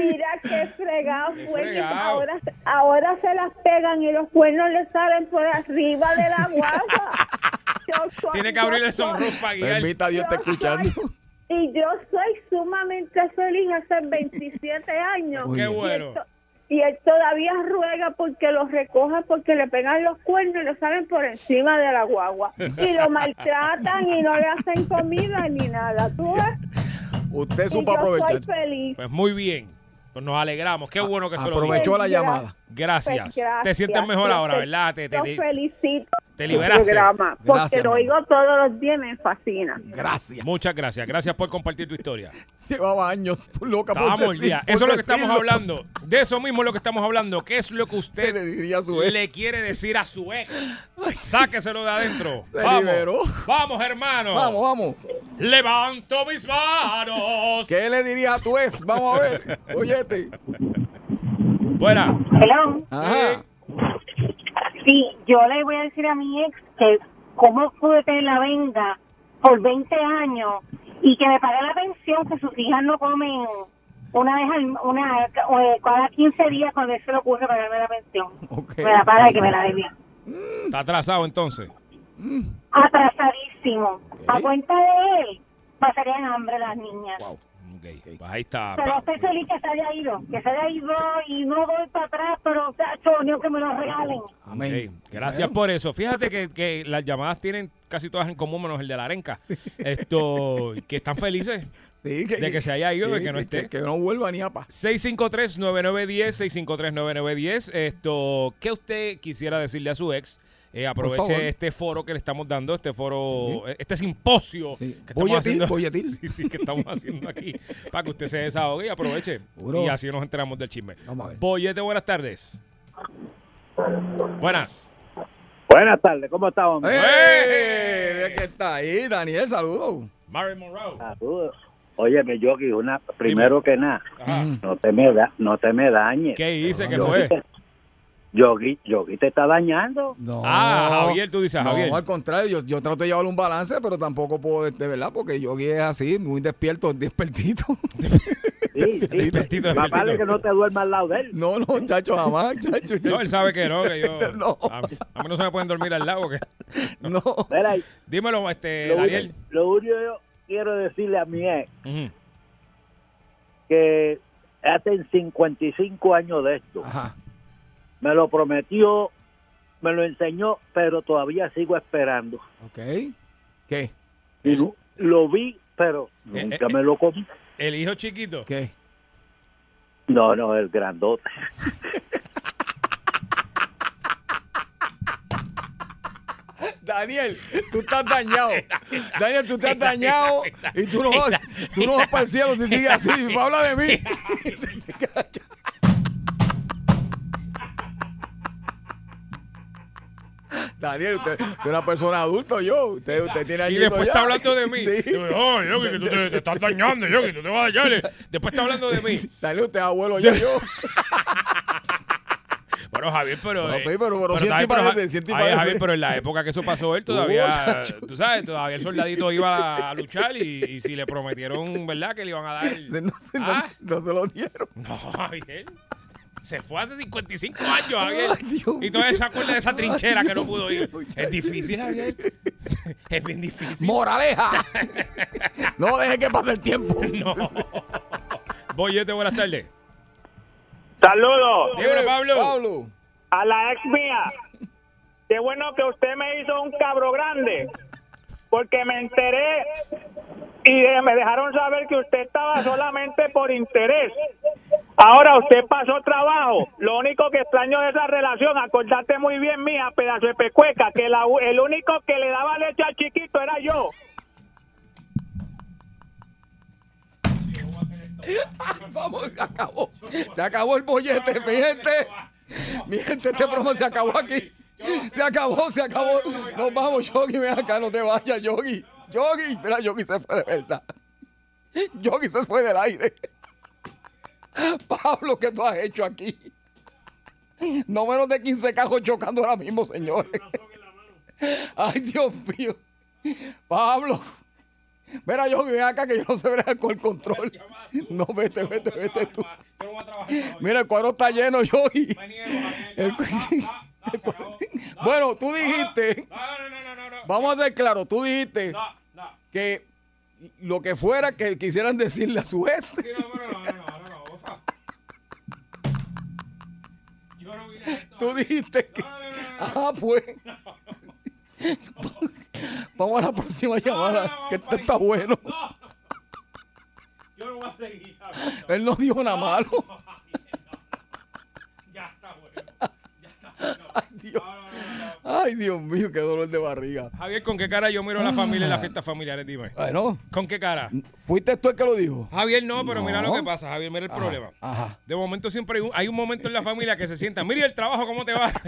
Speaker 10: Mira qué fregado
Speaker 5: Qué
Speaker 10: fue.
Speaker 5: fregado.
Speaker 10: Ahora, ahora se las pegan y los cuernos le salen por arriba de la guagua. Yo soy-
Speaker 5: Tiene que
Speaker 10: yo
Speaker 5: abrir el
Speaker 10: soy-
Speaker 5: sunroof para guiar.
Speaker 9: Permita a Dios te
Speaker 10: Yo soy-
Speaker 9: escuchando.
Speaker 10: Y yo soy sumamente feliz hace 27 años.
Speaker 9: Muy
Speaker 5: Qué
Speaker 9: bien.
Speaker 5: bueno.
Speaker 10: Y él todavía ruega porque los recojan, porque le pegan los cuernos y lo salen por encima de la guagua. Y lo maltratan y no le hacen comida ni nada. Tú ves,
Speaker 9: Usted
Speaker 10: y
Speaker 9: supo
Speaker 10: yo
Speaker 9: aprovechar.
Speaker 10: soy feliz.
Speaker 5: Pues muy bien. Pues nos alegramos. Qué bueno que se lo dijo.
Speaker 9: Aprovechó la
Speaker 10: Pues,
Speaker 9: llamada.
Speaker 10: Pues,
Speaker 5: Gracias. Te sientes mejor
Speaker 10: Yo
Speaker 5: ahora,
Speaker 10: fel-
Speaker 5: ¿verdad? Te, te,
Speaker 10: yo
Speaker 5: te-
Speaker 10: felicito
Speaker 5: te
Speaker 10: el
Speaker 5: liberaste.
Speaker 10: programa, porque
Speaker 9: Gracias,
Speaker 10: lo
Speaker 9: mamá.
Speaker 10: oigo todos los días y me fascina.
Speaker 9: Gracias.
Speaker 5: Muchas gracias. Gracias por compartir tu historia.
Speaker 9: Llevaba años loca por
Speaker 5: Estábamos
Speaker 9: decir-
Speaker 5: ya.
Speaker 9: por
Speaker 5: Eso es lo que estamos
Speaker 9: decirlo.
Speaker 5: hablando. De eso mismo es lo que estamos hablando. ¿Qué es lo que
Speaker 9: ¿Qué le
Speaker 5: usted
Speaker 9: diría a su ex?
Speaker 5: le quiere decir a su ex?
Speaker 9: Ay,
Speaker 5: Sáqueselo de adentro.
Speaker 9: Se
Speaker 5: vamos.
Speaker 9: liberó.
Speaker 5: Vamos, hermano.
Speaker 9: Vamos, vamos.
Speaker 5: Levanto mis manos.
Speaker 9: ¿Qué le diría a tu ex? Vamos a ver. Óyete.
Speaker 5: Fuera.
Speaker 9: Ajá.
Speaker 11: Sí, yo le voy a decir a mi ex que cómo pude tener la venda por 20 años y que me pague la pensión que sus hijas no comen una vez al- una eh, cada 15 días cuando él se le ocurre pagarme la pensión.
Speaker 9: Ok.
Speaker 11: Me la paga y que me la debía.
Speaker 5: Está atrasado entonces.
Speaker 11: Atrasadísimo. A cuenta de él, pasarían hambre las niñas.
Speaker 5: Ok, Pues ahí está.
Speaker 11: Pero estoy feliz que se haya ido, que se haya ido y no voy para atrás, pero chacho, ni que me lo regalen.
Speaker 9: Amén.
Speaker 5: Ok, Gracias por eso. Fíjate que, que las llamadas tienen casi todas en común, menos el de la arenca. Esto, que están felices.
Speaker 9: Sí,
Speaker 5: De que se haya ido, de que no esté.
Speaker 9: Que, no vuelva ni a paz.
Speaker 5: 653-9910, 653-9910. Esto, ¿qué usted quisiera decirle a su ex? Eh,
Speaker 9: Por favor.
Speaker 5: aproveche este foro que le estamos dando, este foro, este simposio
Speaker 9: Sí.
Speaker 5: que estamos
Speaker 9: Bolletín,
Speaker 5: haciendo.
Speaker 9: bolletín.
Speaker 5: Sí, sí, que estamos haciendo aquí para que usted se desahogue y aproveche.
Speaker 9: Seguro.
Speaker 5: Y así nos enteramos del chisme.
Speaker 9: Vamos a ver.
Speaker 5: Bollete, buenas tardes. Buenas.
Speaker 8: Buenas tardes, ¿cómo estamos?
Speaker 9: ¡Eh!
Speaker 8: hombre?
Speaker 5: ¡Eh!
Speaker 9: Mira que está ahí, Daniel. Saludos.
Speaker 5: Mary Monroe.
Speaker 8: Saludos. Oye, mi Yogi, una, primero que nada,
Speaker 5: Ajá.
Speaker 9: Mm.
Speaker 8: no te me, da, no te me dañes.
Speaker 5: ¿Qué hice? ¿Qué
Speaker 9: Yo-
Speaker 5: fue?
Speaker 8: Yogi, Yogi te está dañando.
Speaker 9: No.
Speaker 5: Ah, Javier, tú dices, Javier.
Speaker 9: No, al contrario, yo, yo trato de llevarle un balance, pero tampoco puedo, de, de verdad, porque yo es así, muy despierto, despiertito.
Speaker 8: Sí, sí.
Speaker 5: Despertito,
Speaker 8: Más
Speaker 5: despertito.
Speaker 8: vale que no te duermas al lado de él.
Speaker 9: no, no, chacho, jamás, chacho.
Speaker 5: No, él sabe que no, que yo.
Speaker 9: No.
Speaker 5: A, mí- a mí no se me pueden dormir al lado. Que...
Speaker 9: no.
Speaker 8: Mira,
Speaker 5: Dímelo, este,
Speaker 8: lo,
Speaker 5: Eh, Daniel.
Speaker 8: único, lo único que yo quiero decirle a mi ex,
Speaker 5: Ujú.
Speaker 8: que hacen 55 años de esto.
Speaker 9: Ajá.
Speaker 8: Me lo prometió, me lo enseñó, pero todavía sigo esperando.
Speaker 9: Ok. ¿Qué?
Speaker 8: Y nu- lo vi, pero
Speaker 5: Eh,
Speaker 8: nunca
Speaker 5: eh,
Speaker 8: me lo comí.
Speaker 5: El hijo chiquito.
Speaker 9: ¿Qué?
Speaker 8: No, no, el grandote.
Speaker 9: Daniel, tú estás dañado. Daniel, tú estás dañado y tú no vas, tú no vas para el cielo si sigues así. Habla de mí. Daniel, usted, usted es una persona adulta, yo. Usted, usted tiene
Speaker 5: Y
Speaker 9: añitos
Speaker 5: después
Speaker 9: ya.
Speaker 5: está hablando de mí.
Speaker 9: Sí.
Speaker 5: Yo, "Oh, Yogi, que tú te, te estás dañando, Yogi, tú te vas a dañar. Después está hablando de mí.
Speaker 9: Daniel, usted es abuelo ya, yo.
Speaker 5: Bueno, Javier, pero.
Speaker 9: No, pero- pero siente y
Speaker 5: también, pero,
Speaker 9: parece, siente y
Speaker 5: Ay,
Speaker 9: parece.
Speaker 5: Javier, pero en la época que eso pasó, él
Speaker 9: Uh,
Speaker 5: todavía.
Speaker 9: muchacho.
Speaker 5: tú sabes, todavía el soldadito iba a luchar y, y si le prometieron, ¿verdad?, que le iban a dar.
Speaker 9: No, se- no-
Speaker 5: Ah,
Speaker 9: no se lo dieron.
Speaker 5: no, Javier. Se fue hace 55 años, Javier.
Speaker 9: Ay, Dios
Speaker 5: y todavía se acuerda de esa
Speaker 9: mío.
Speaker 5: trinchera
Speaker 9: Ay,
Speaker 5: que no
Speaker 9: Dios
Speaker 5: pudo ir.
Speaker 9: mío,
Speaker 5: Es difícil, Javier. Es bien difícil.
Speaker 9: Moraleja. No deje que pase el tiempo.
Speaker 5: No. Boyete, buenas tardes.
Speaker 12: Saludos
Speaker 5: Dímelo, Pablo.
Speaker 9: Pablo.
Speaker 12: a la ex mía. Qué bueno que usted me hizo un cabro grande, porque me enteré
Speaker 13: y eh, me dejaron saber que usted estaba solamente por interés. Ahora usted pasó trabajo. Lo único que extraño de esa relación, acordate muy bien mía, pedazo de pecueca, que la u- el único que le daba leche al chiquito era yo.
Speaker 9: Vamos, se acabó. Se acabó el bollete, mi gente. Mi gente, este promo se acabó aquí. Se acabó, se acabó. Nos vamos, Yogi, ven acá, no te vayas, Yogi. Yogi, mira, Yogi se fue de verdad. Yogi se fue del aire. Pablo, ¿qué tú has hecho aquí? No menos de 15 cajos chocando ahora mismo, señores. Ay, Dios mío. Pablo. Mira, Yogi, ven acá que yo no sé bregar con el control. No, vete, vete, vete tú. Mira, el cuadro está lleno, Yogi. El cu- el cuadro- Bueno, tú dijiste. Vamos a ser claros, tú dijiste que lo que fuera que quisieran decirle a su vez. Tú dijiste que. Ah, pues. Vamos a la próxima llamada, que esto está bueno.
Speaker 5: Yo no voy a seguir.
Speaker 9: Él no dijo nada malo.
Speaker 5: Ya está bueno.
Speaker 9: Ay, Dios. Ay, Dios mío, qué dolor de barriga.
Speaker 5: Javier, ¿con qué cara yo miro a
Speaker 9: Ah.
Speaker 5: la familia en las fiestas familiares? Dime.
Speaker 9: Bueno,
Speaker 5: ¿Con qué cara?
Speaker 9: fuiste tú el que lo dijo.
Speaker 5: Javier, no, pero mira
Speaker 9: No.
Speaker 5: lo que pasa, Javier, mira el problema.
Speaker 9: Ajá.
Speaker 5: De momento siempre hay un, hay un momento en la familia que se sientan, mire el trabajo, ¿cómo te va?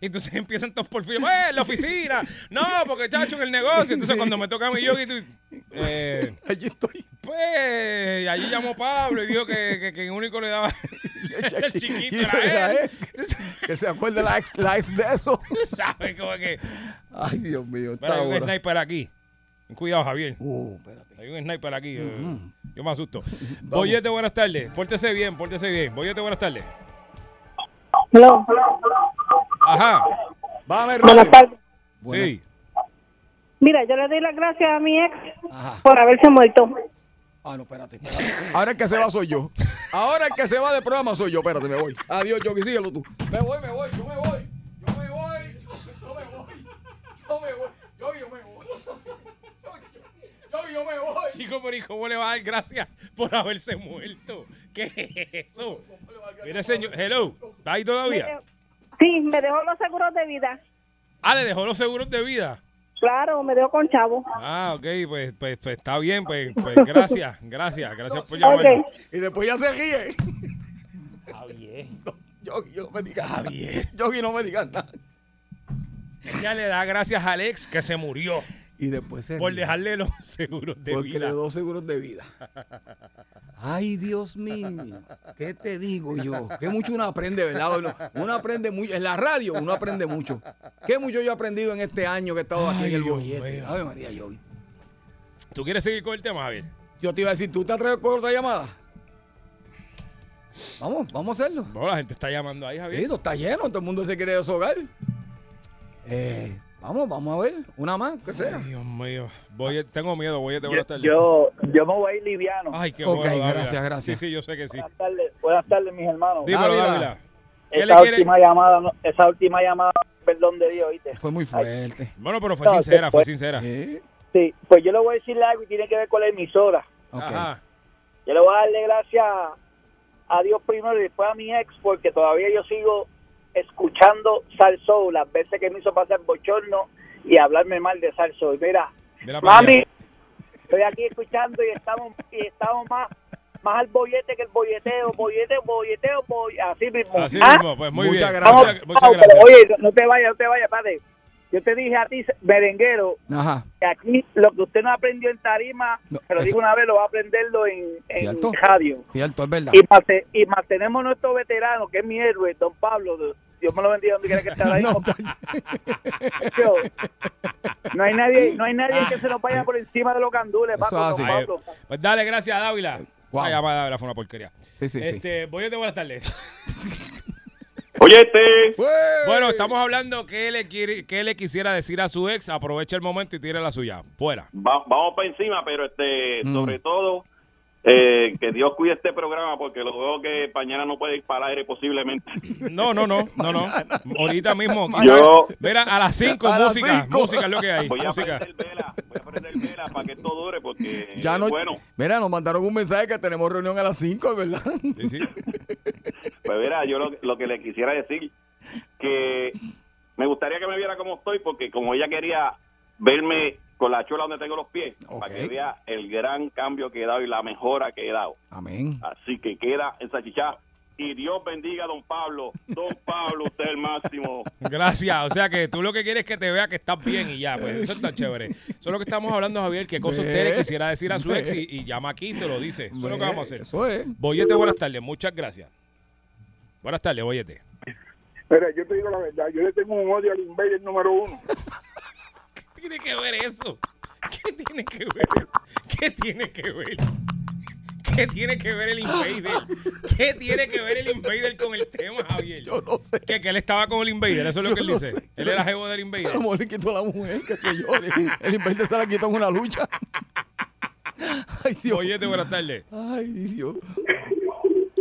Speaker 5: Y Entonces empiezan todos por fin, ¡eh, la oficina! No, porque chacho, en el negocio. Entonces cuando me toca a mí, yo y tú, eh,
Speaker 9: allí estoy.
Speaker 5: Pues, allí llamó Pablo y dijo que, que, que el único le daba el chiquito
Speaker 9: Y
Speaker 5: era
Speaker 9: era
Speaker 5: él.
Speaker 9: él. Que se acuerde la ex, la ex de eso.
Speaker 5: ¿Sabes cómo es que?
Speaker 9: Ay, Dios mío, está Uh,
Speaker 5: Espera, hay un
Speaker 9: ahora.
Speaker 5: sniper aquí. Ten Cuidado, Javier. Hay un sniper aquí. eh, Yo me asusto. Boyete, buenas tardes. Pórtese bien, pórtese bien. Boyete, buenas tardes. Ajá.
Speaker 9: Vamos,
Speaker 10: Buenas tardes.
Speaker 5: Sí.
Speaker 10: Mira, yo le doy las gracias a mi ex por haberse muerto.
Speaker 9: Ah, no, espérate, espérate. Ahora el que se va soy yo. Ahora el que se va del programa soy yo. Espérate, me voy. Adiós, Yogi, síguelo tú. Me voy, me voy, yo me voy. Yo me voy. Yo me voy. Yo me voy. Yo, yo me voy. Yo, yo me voy.
Speaker 5: Chico, pero ¿y cómo le va a dar gracias por haberse muerto? ¿Qué es eso? Mire, señor. Hello. ¿Está ahí todavía?
Speaker 10: Sí, me dejó los seguros de vida.
Speaker 5: Ah, le dejó los seguros de vida.
Speaker 10: Claro, me dejó con chavo.
Speaker 5: Ah, ok, pues, pues, pues está bien, pues, pues gracias, gracias, gracias por llamar.
Speaker 9: Y después ya se ríe. Javier. Yogi, yo no me digas. Javier. Yogi, no me digas nada.
Speaker 5: Ella le da gracias a Alex que se murió
Speaker 9: Y después se
Speaker 5: por
Speaker 9: ríe.
Speaker 5: dejarle los seguros de
Speaker 9: Porque
Speaker 5: vida.
Speaker 9: le dos seguros de vida. Ay, Dios mío, ¿qué te digo yo? Que mucho uno aprende, ¿verdad? Uno, uno aprende mucho. En la radio uno aprende mucho. Qué mucho yo he aprendido en este año que he estado aquí
Speaker 5: Ay,
Speaker 9: en el
Speaker 5: Dios
Speaker 9: bollete.
Speaker 5: mío.
Speaker 9: Ave María, yo.
Speaker 5: ¿Tú quieres seguir con el tema, Javier?
Speaker 9: Yo te iba a decir, ¿tú te atreves con otra llamada? Vamos, vamos a hacerlo.
Speaker 5: Bueno, la gente está llamando ahí, Javier.
Speaker 9: Sí, no está lleno, todo el mundo se quiere deshogar. Eh, vamos, vamos a ver. Una más, que sea.
Speaker 5: Ay, Dios mío. Voy, eh, tengo miedo, voy a
Speaker 8: Yo,
Speaker 5: buenas tardes.
Speaker 8: yo, yo me voy a ir liviano.
Speaker 5: Ay, qué
Speaker 9: Ok,
Speaker 5: bueno, Dávila.
Speaker 9: gracias, gracias.
Speaker 5: Sí, sí, yo sé que sí.
Speaker 8: Buenas tardes, buenas tardes, mis hermanos.
Speaker 5: Dímelo,
Speaker 9: Dávila.
Speaker 5: Dávila. ¿Qué le
Speaker 8: Esa
Speaker 5: quiere?
Speaker 8: última llamada, no- esa última llamada, perdón de Dios, ¿oíste?
Speaker 9: Fue muy fuerte.
Speaker 5: Bueno, pero fue
Speaker 8: No,
Speaker 5: sincera, fue
Speaker 8: después-
Speaker 5: sincera.
Speaker 9: Sí,
Speaker 8: Sí, pues yo le voy a decirle algo y tiene que ver con la emisora.
Speaker 9: ok.
Speaker 5: Ajá.
Speaker 8: Yo le voy a darle gracias a Dios primero y después a mi ex, porque todavía yo sigo escuchando Sal Soul, las veces que me hizo pasar bochorno y hablarme mal de Sal Soul. Mira,
Speaker 5: Mira para
Speaker 8: mami,
Speaker 5: allá.
Speaker 8: estoy aquí escuchando y estamos y estamos más más al bollete que el bolleteo, bolleteo, bolleteo, boll- así mismo.
Speaker 5: Así
Speaker 8: ¿Ah?
Speaker 5: mismo, pues muy
Speaker 9: Muchas
Speaker 5: bien.
Speaker 9: gracias.
Speaker 5: Muchas, muchas
Speaker 8: Vamos,
Speaker 5: gracias.
Speaker 8: Oye, no- no te vayas, no te vayas, padre. Yo te dije a ti, merenguero,
Speaker 9: Ajá.
Speaker 8: que aquí lo que usted no aprendió en tarima,
Speaker 9: No,
Speaker 8: pero
Speaker 9: eso-
Speaker 8: digo una vez, lo va a aprenderlo en, en
Speaker 9: Cierto.
Speaker 8: radio.
Speaker 9: Cierto, es verdad.
Speaker 8: Y, mate- y mantenemos nuestro veterano, que es mi héroe, don Pablo. Dios me lo bendiga donde quiera que esté ahí.
Speaker 9: No,
Speaker 8: Yo- no hay nadie, no hay nadie que se nos vaya por encima de los candules,
Speaker 9: Eso
Speaker 8: Paco,
Speaker 9: es
Speaker 8: don
Speaker 9: así.
Speaker 5: Ay,
Speaker 8: Pablo.
Speaker 5: pues dale, gracias a Dávila.
Speaker 9: Wow.
Speaker 5: Esa llamada de Dávila fue una porquería.
Speaker 9: sí, sí, sí.
Speaker 5: este, Voy a buenas tardes.
Speaker 13: Oyete,
Speaker 5: Bueno, estamos hablando qué le, quiere, qué le quisiera decir a su ex. Aprovecha el momento y tira la suya. Fuera.
Speaker 14: Va- vamos para encima, pero este,
Speaker 9: Mm.
Speaker 14: sobre todo, eh, que Dios cuide este programa porque lo veo que mañana no puede ir para el aire posiblemente.
Speaker 5: No, no, no, no, no. Ahorita mismo.
Speaker 14: Yo-
Speaker 5: quizás. Mira, a las 5
Speaker 9: A las
Speaker 5: música.
Speaker 9: cinco.
Speaker 5: Música es lo que hay.
Speaker 14: Voy a
Speaker 5: Música.
Speaker 14: prender vela, voy a prender vela para que esto dure, porque
Speaker 3: Ya
Speaker 14: eh,
Speaker 3: no,
Speaker 14: bueno,
Speaker 3: Mira, nos mandaron un mensaje que tenemos reunión a las 5, ¿verdad?
Speaker 14: pues mira, yo lo, lo que le quisiera decir, que me gustaría que me viera como estoy, porque como ella quería verme con la chola donde tengo los pies, para que vea el gran cambio que he dado y la mejora que he dado.
Speaker 5: Ah,
Speaker 3: Amén.
Speaker 14: Así que queda esa chicha. Y Dios bendiga a don Pablo. Don Pablo, usted es el máximo.
Speaker 5: Gracias, o sea que tú lo que quieres es que te vea que estás bien y ya, pues eso está chévere. Eso es lo que estamos hablando, Javier, qué cosa
Speaker 3: Ve,
Speaker 5: usted le quisiera decir a su ex
Speaker 3: ve.
Speaker 5: y, y llama aquí y se lo dice. Eso es lo que
Speaker 3: Ve,
Speaker 5: vamos a hacer.
Speaker 3: Pues, eso es.
Speaker 5: Boyete, buenas tardes, muchas gracias. Buenas tardes, Boyete.
Speaker 15: Mira, yo te digo la verdad, yo le tengo un odio al Invader número uno.
Speaker 5: ¿Qué tiene que ver eso? ¿Qué tiene que ver eso? ¿Qué tiene que ver? ¿Qué tiene que ver el Invader? ¿Qué tiene que ver el Invader con el tema, Javier? Yo
Speaker 3: no sé.
Speaker 5: Que, que él estaba con el Invader, eso es lo
Speaker 3: Yo
Speaker 5: que él
Speaker 3: no
Speaker 5: dice.
Speaker 3: sé.
Speaker 5: Él era jevo del Invader.
Speaker 3: A lo mejor le quitó a la mujer, qué sé yo. le- El invento se la quitó en una lucha. Ay, Dios.
Speaker 5: Boyete, buenas tardes.
Speaker 3: Ay, Dios.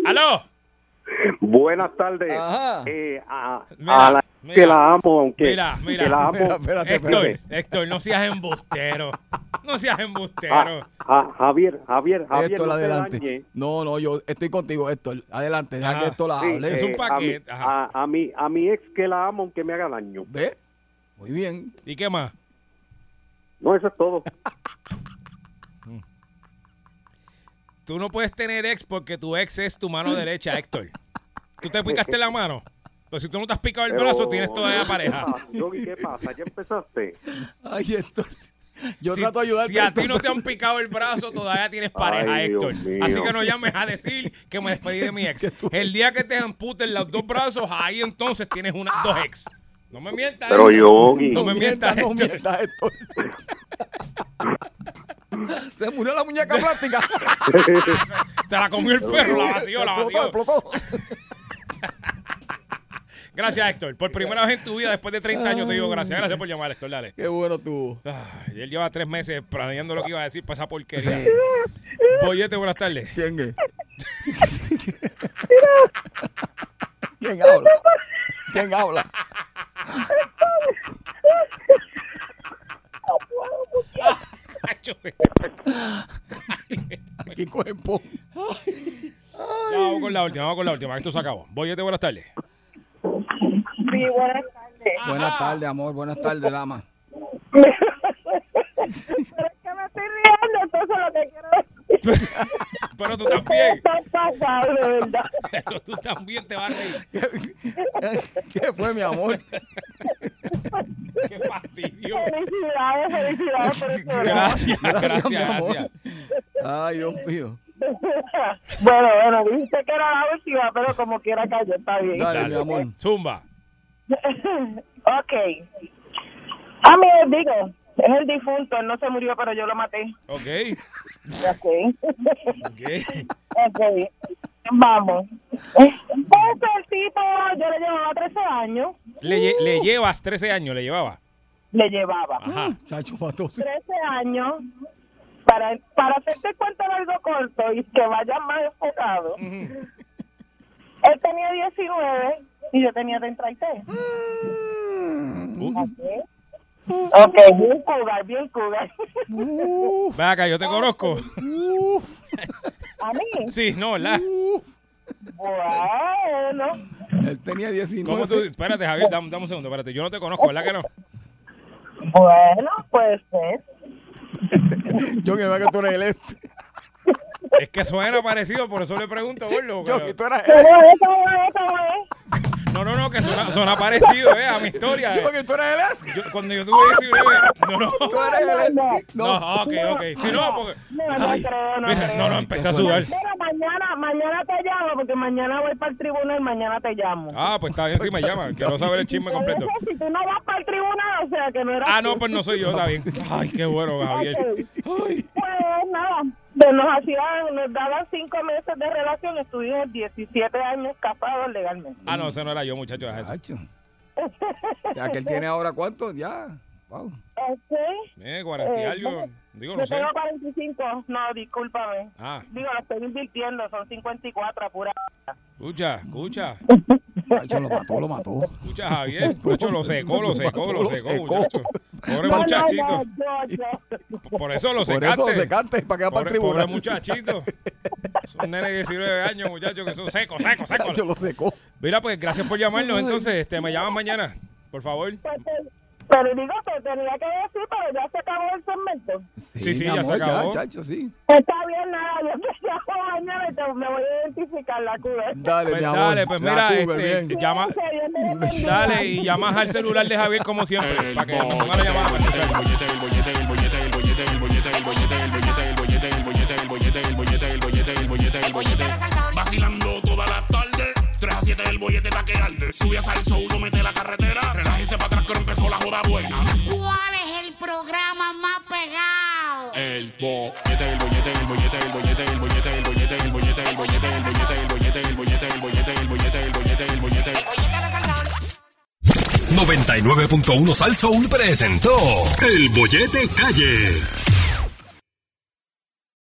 Speaker 5: ¡Aló!
Speaker 9: Buenas tardes.
Speaker 3: Ajá.
Speaker 9: Eh, a,
Speaker 5: Mira,
Speaker 9: a la
Speaker 5: mira.
Speaker 9: que la amo, aunque
Speaker 5: Mira, mira.
Speaker 9: que la amo.
Speaker 5: Mira, espérate, Héctor, Héctor, no seas embustero. No seas embustero.
Speaker 9: Ja- Javier, Javier, Javier.
Speaker 3: Héctor,
Speaker 9: no te dañe.
Speaker 3: adelante. No, no, yo estoy contigo, Héctor. Adelante, deja que Héctor la
Speaker 9: Sí,
Speaker 5: Ah,
Speaker 3: hable.
Speaker 9: eh, A mi, a, a mi, a mi ex que la amo, aunque me haga daño.
Speaker 3: ¿Ve? Muy bien.
Speaker 5: ¿Y qué más?
Speaker 9: No, eso es todo.
Speaker 5: Tú no puedes tener ex porque tu ex es tu mano derecha, Héctor. Tú te picaste la mano. Pero si tú no te has picado el
Speaker 9: Pero-
Speaker 5: brazo, tienes toda la pareja.
Speaker 9: Yogi, ¿qué pasa? ¿Ya empezaste?
Speaker 3: Ay, Héctor. Yo
Speaker 5: si,
Speaker 3: trato de ayudarte.
Speaker 5: Si a ti
Speaker 3: Héctor,
Speaker 5: no te han picado el brazo, todavía tienes pareja,
Speaker 3: Ay, Dios
Speaker 5: Héctor.
Speaker 3: mío.
Speaker 5: Así que no llames a decir que me despedí de mi ex. El día que te amputen los dos brazos, ahí entonces tienes una, dos ex. No me mientas.
Speaker 9: Pero,
Speaker 5: Héctor.
Speaker 9: Yogi.
Speaker 5: No me mientas,
Speaker 3: No
Speaker 5: Héctor.
Speaker 3: mientas, Héctor. Se murió la muñeca plástica.
Speaker 5: Se la comió el perro, la vació, la vació.
Speaker 3: Explotó, explotó.
Speaker 5: Gracias, Héctor. Por primera vez en tu vida, después de 30 años, te digo gracias. Gracias por llamar, Héctor. Dale.
Speaker 3: Qué bueno tú.
Speaker 5: Ay, él lleva tres meses planeando lo que iba a decir para esa porquería. Boyete, buenas tardes.
Speaker 3: ¿Quién es? ¿Quién habla? ¿Quién habla? Qué cuerpo.
Speaker 5: Ya, vamos con la última, vamos con la última. Esto se acabó. Boyete, buenas tardes.
Speaker 16: Sí, buenas tardes.
Speaker 3: Buenas tardes, amor. Buenas tardes, dama.
Speaker 16: Pero es que me estoy riendo, entonces lo que quiero
Speaker 5: Pero tú también.
Speaker 16: Estás pasado, de verdad.
Speaker 5: Pero tú también te vas a reír.
Speaker 3: ¿Qué fue, mi amor?
Speaker 5: Qué fastidio.
Speaker 16: Felicidades, felicidades por eso.
Speaker 5: Gracias, gracias,
Speaker 3: mi amor.
Speaker 5: gracias.
Speaker 3: Ay, Dios mío.
Speaker 16: Bueno, bueno, dijiste que era la última, pero como quiera cayó, está bien.
Speaker 3: Dale, mi amor.
Speaker 5: Zumba.
Speaker 16: ok. A mí les digo, es el difunto, él no se murió, pero yo lo maté.
Speaker 5: Ok.
Speaker 16: Ok.
Speaker 5: Ok.
Speaker 16: Ok, vamos. Ese tipo, yo le llevaba 13 años,
Speaker 5: Le, lle- le llevas 13 años, le llevaba.
Speaker 16: le llevaba
Speaker 5: Ajá.
Speaker 3: Ah, Chacho, mató.
Speaker 16: 13 años. Para, para hacerte cuenta de algo corto y que vaya más enfocado, él tenía 19 y yo tenía 33. Ok, Ok, bien cougar, bien cougar.
Speaker 5: Ven acá, yo te conozco.
Speaker 16: A mí,
Speaker 5: Sí, no, ¿verdad?
Speaker 16: bueno,
Speaker 3: Él tenía 19.
Speaker 5: ¿Cómo tú? Espérate, Javier, dame, dame un segundo, espérate. Yo no te conozco, ¿verdad que no?
Speaker 16: bueno, pues es.
Speaker 3: Yo que veo que tú eres el este.
Speaker 5: Es que suena parecido, por eso le pregunto, gordo.
Speaker 3: Yo
Speaker 5: pero-
Speaker 3: que tú eras
Speaker 16: ¿Cómo
Speaker 3: el
Speaker 16: es? ¿Cómo es? ¿Cómo es?
Speaker 5: No, no, no, que suena, suena parecido, eh, a mi historia. eh.
Speaker 3: Yo que tú eres el este.
Speaker 5: Yo- cuando yo tuve 19, no, no.
Speaker 3: Tú eres el este.
Speaker 5: No, ok, ok. Si no, porque.
Speaker 16: No, no
Speaker 5: Ay,
Speaker 16: creo, no
Speaker 5: mira,
Speaker 16: creo.
Speaker 5: no, no, empecé a sudar.
Speaker 16: Mira, mañana, mañana te llamo porque mañana voy para el tribunal y mañana te llamo.
Speaker 5: Ah, pues está bien si me llaman. Quiero saber el chisme completo.
Speaker 16: Pero eso, Si tú no vas para el tribunal, o sea que no eras
Speaker 5: Ah, no,
Speaker 16: tú.
Speaker 5: pues no soy yo, está bien. Ay, qué bueno, Javier.
Speaker 16: Pues nada, pues nos, hacían, nos daban cinco meses de relación, estuvimos 17 años casados legalmente.
Speaker 5: Ah, no, ese no era yo, muchacho. es ese.
Speaker 3: Chacho. O sea, que él tiene ahora cuánto? Ya. Wow.
Speaker 16: Este,
Speaker 5: Eh, 40 y
Speaker 16: Eh,
Speaker 5: algo.
Speaker 16: ¿cómo?
Speaker 5: Digo,
Speaker 16: yo
Speaker 5: no sé.
Speaker 16: tengo 45, no, discúlpame.
Speaker 5: Ah,
Speaker 16: Digo, lo estoy invirtiendo, son 54 apura.
Speaker 5: escucha, escucha.
Speaker 9: Nacho lo mató, lo mató.
Speaker 5: Escucha, Javier. Nacho lo secó, lo secó, lo
Speaker 9: Lo
Speaker 5: secó,
Speaker 9: secó.
Speaker 5: muchacho. Pobre muchachito. Por eso lo
Speaker 9: Por
Speaker 5: secaste.
Speaker 9: eso lo secaste, para que va para
Speaker 5: Pobre-
Speaker 9: el
Speaker 5: pobre
Speaker 9: tribunal.
Speaker 5: muchachito. Son nenes de 19 años, muchachos, que son secos, secos, secos.
Speaker 9: Nacho lo secó.
Speaker 5: Mira, pues gracias por llamarnos. Entonces, este, me llaman mañana, por favor.
Speaker 16: Pero digo, te tenía que decir, pero ya se acabó el segmento.
Speaker 5: Sí, sí,
Speaker 9: mi
Speaker 5: ya se
Speaker 9: amor,
Speaker 5: acabó.
Speaker 9: chacho, sí.
Speaker 16: Está bien, nada, yo te llamo mañana y te- me voy a identificar la cubeta.
Speaker 9: Dale,
Speaker 5: Pues
Speaker 9: mi amor.
Speaker 5: dale, pues
Speaker 9: la
Speaker 5: mira,
Speaker 9: tuve
Speaker 5: este,
Speaker 9: bien.
Speaker 5: llama, dale y llamas al celular de Javier como siempre, para que ponga la llamada.
Speaker 7: Vacilando toda la tarde. 3 a 7 el bollete pa' que arde. Sube a salso, uno mete la carretera. Relájese para atrás que ahora empezó la joda buena.
Speaker 6: ¿Cuál es el programa más
Speaker 7: Eh,
Speaker 6: pegado?
Speaker 17: El bollete, el bollete, el bollete, el bollete, el bollete, el bollete, el bollete, el bollete, el bollete, el bollete, el bollete, el bollete, el bollete, el bollete, el bollete.
Speaker 14: 99.1 Sal Soul presentó El Bollete Calle.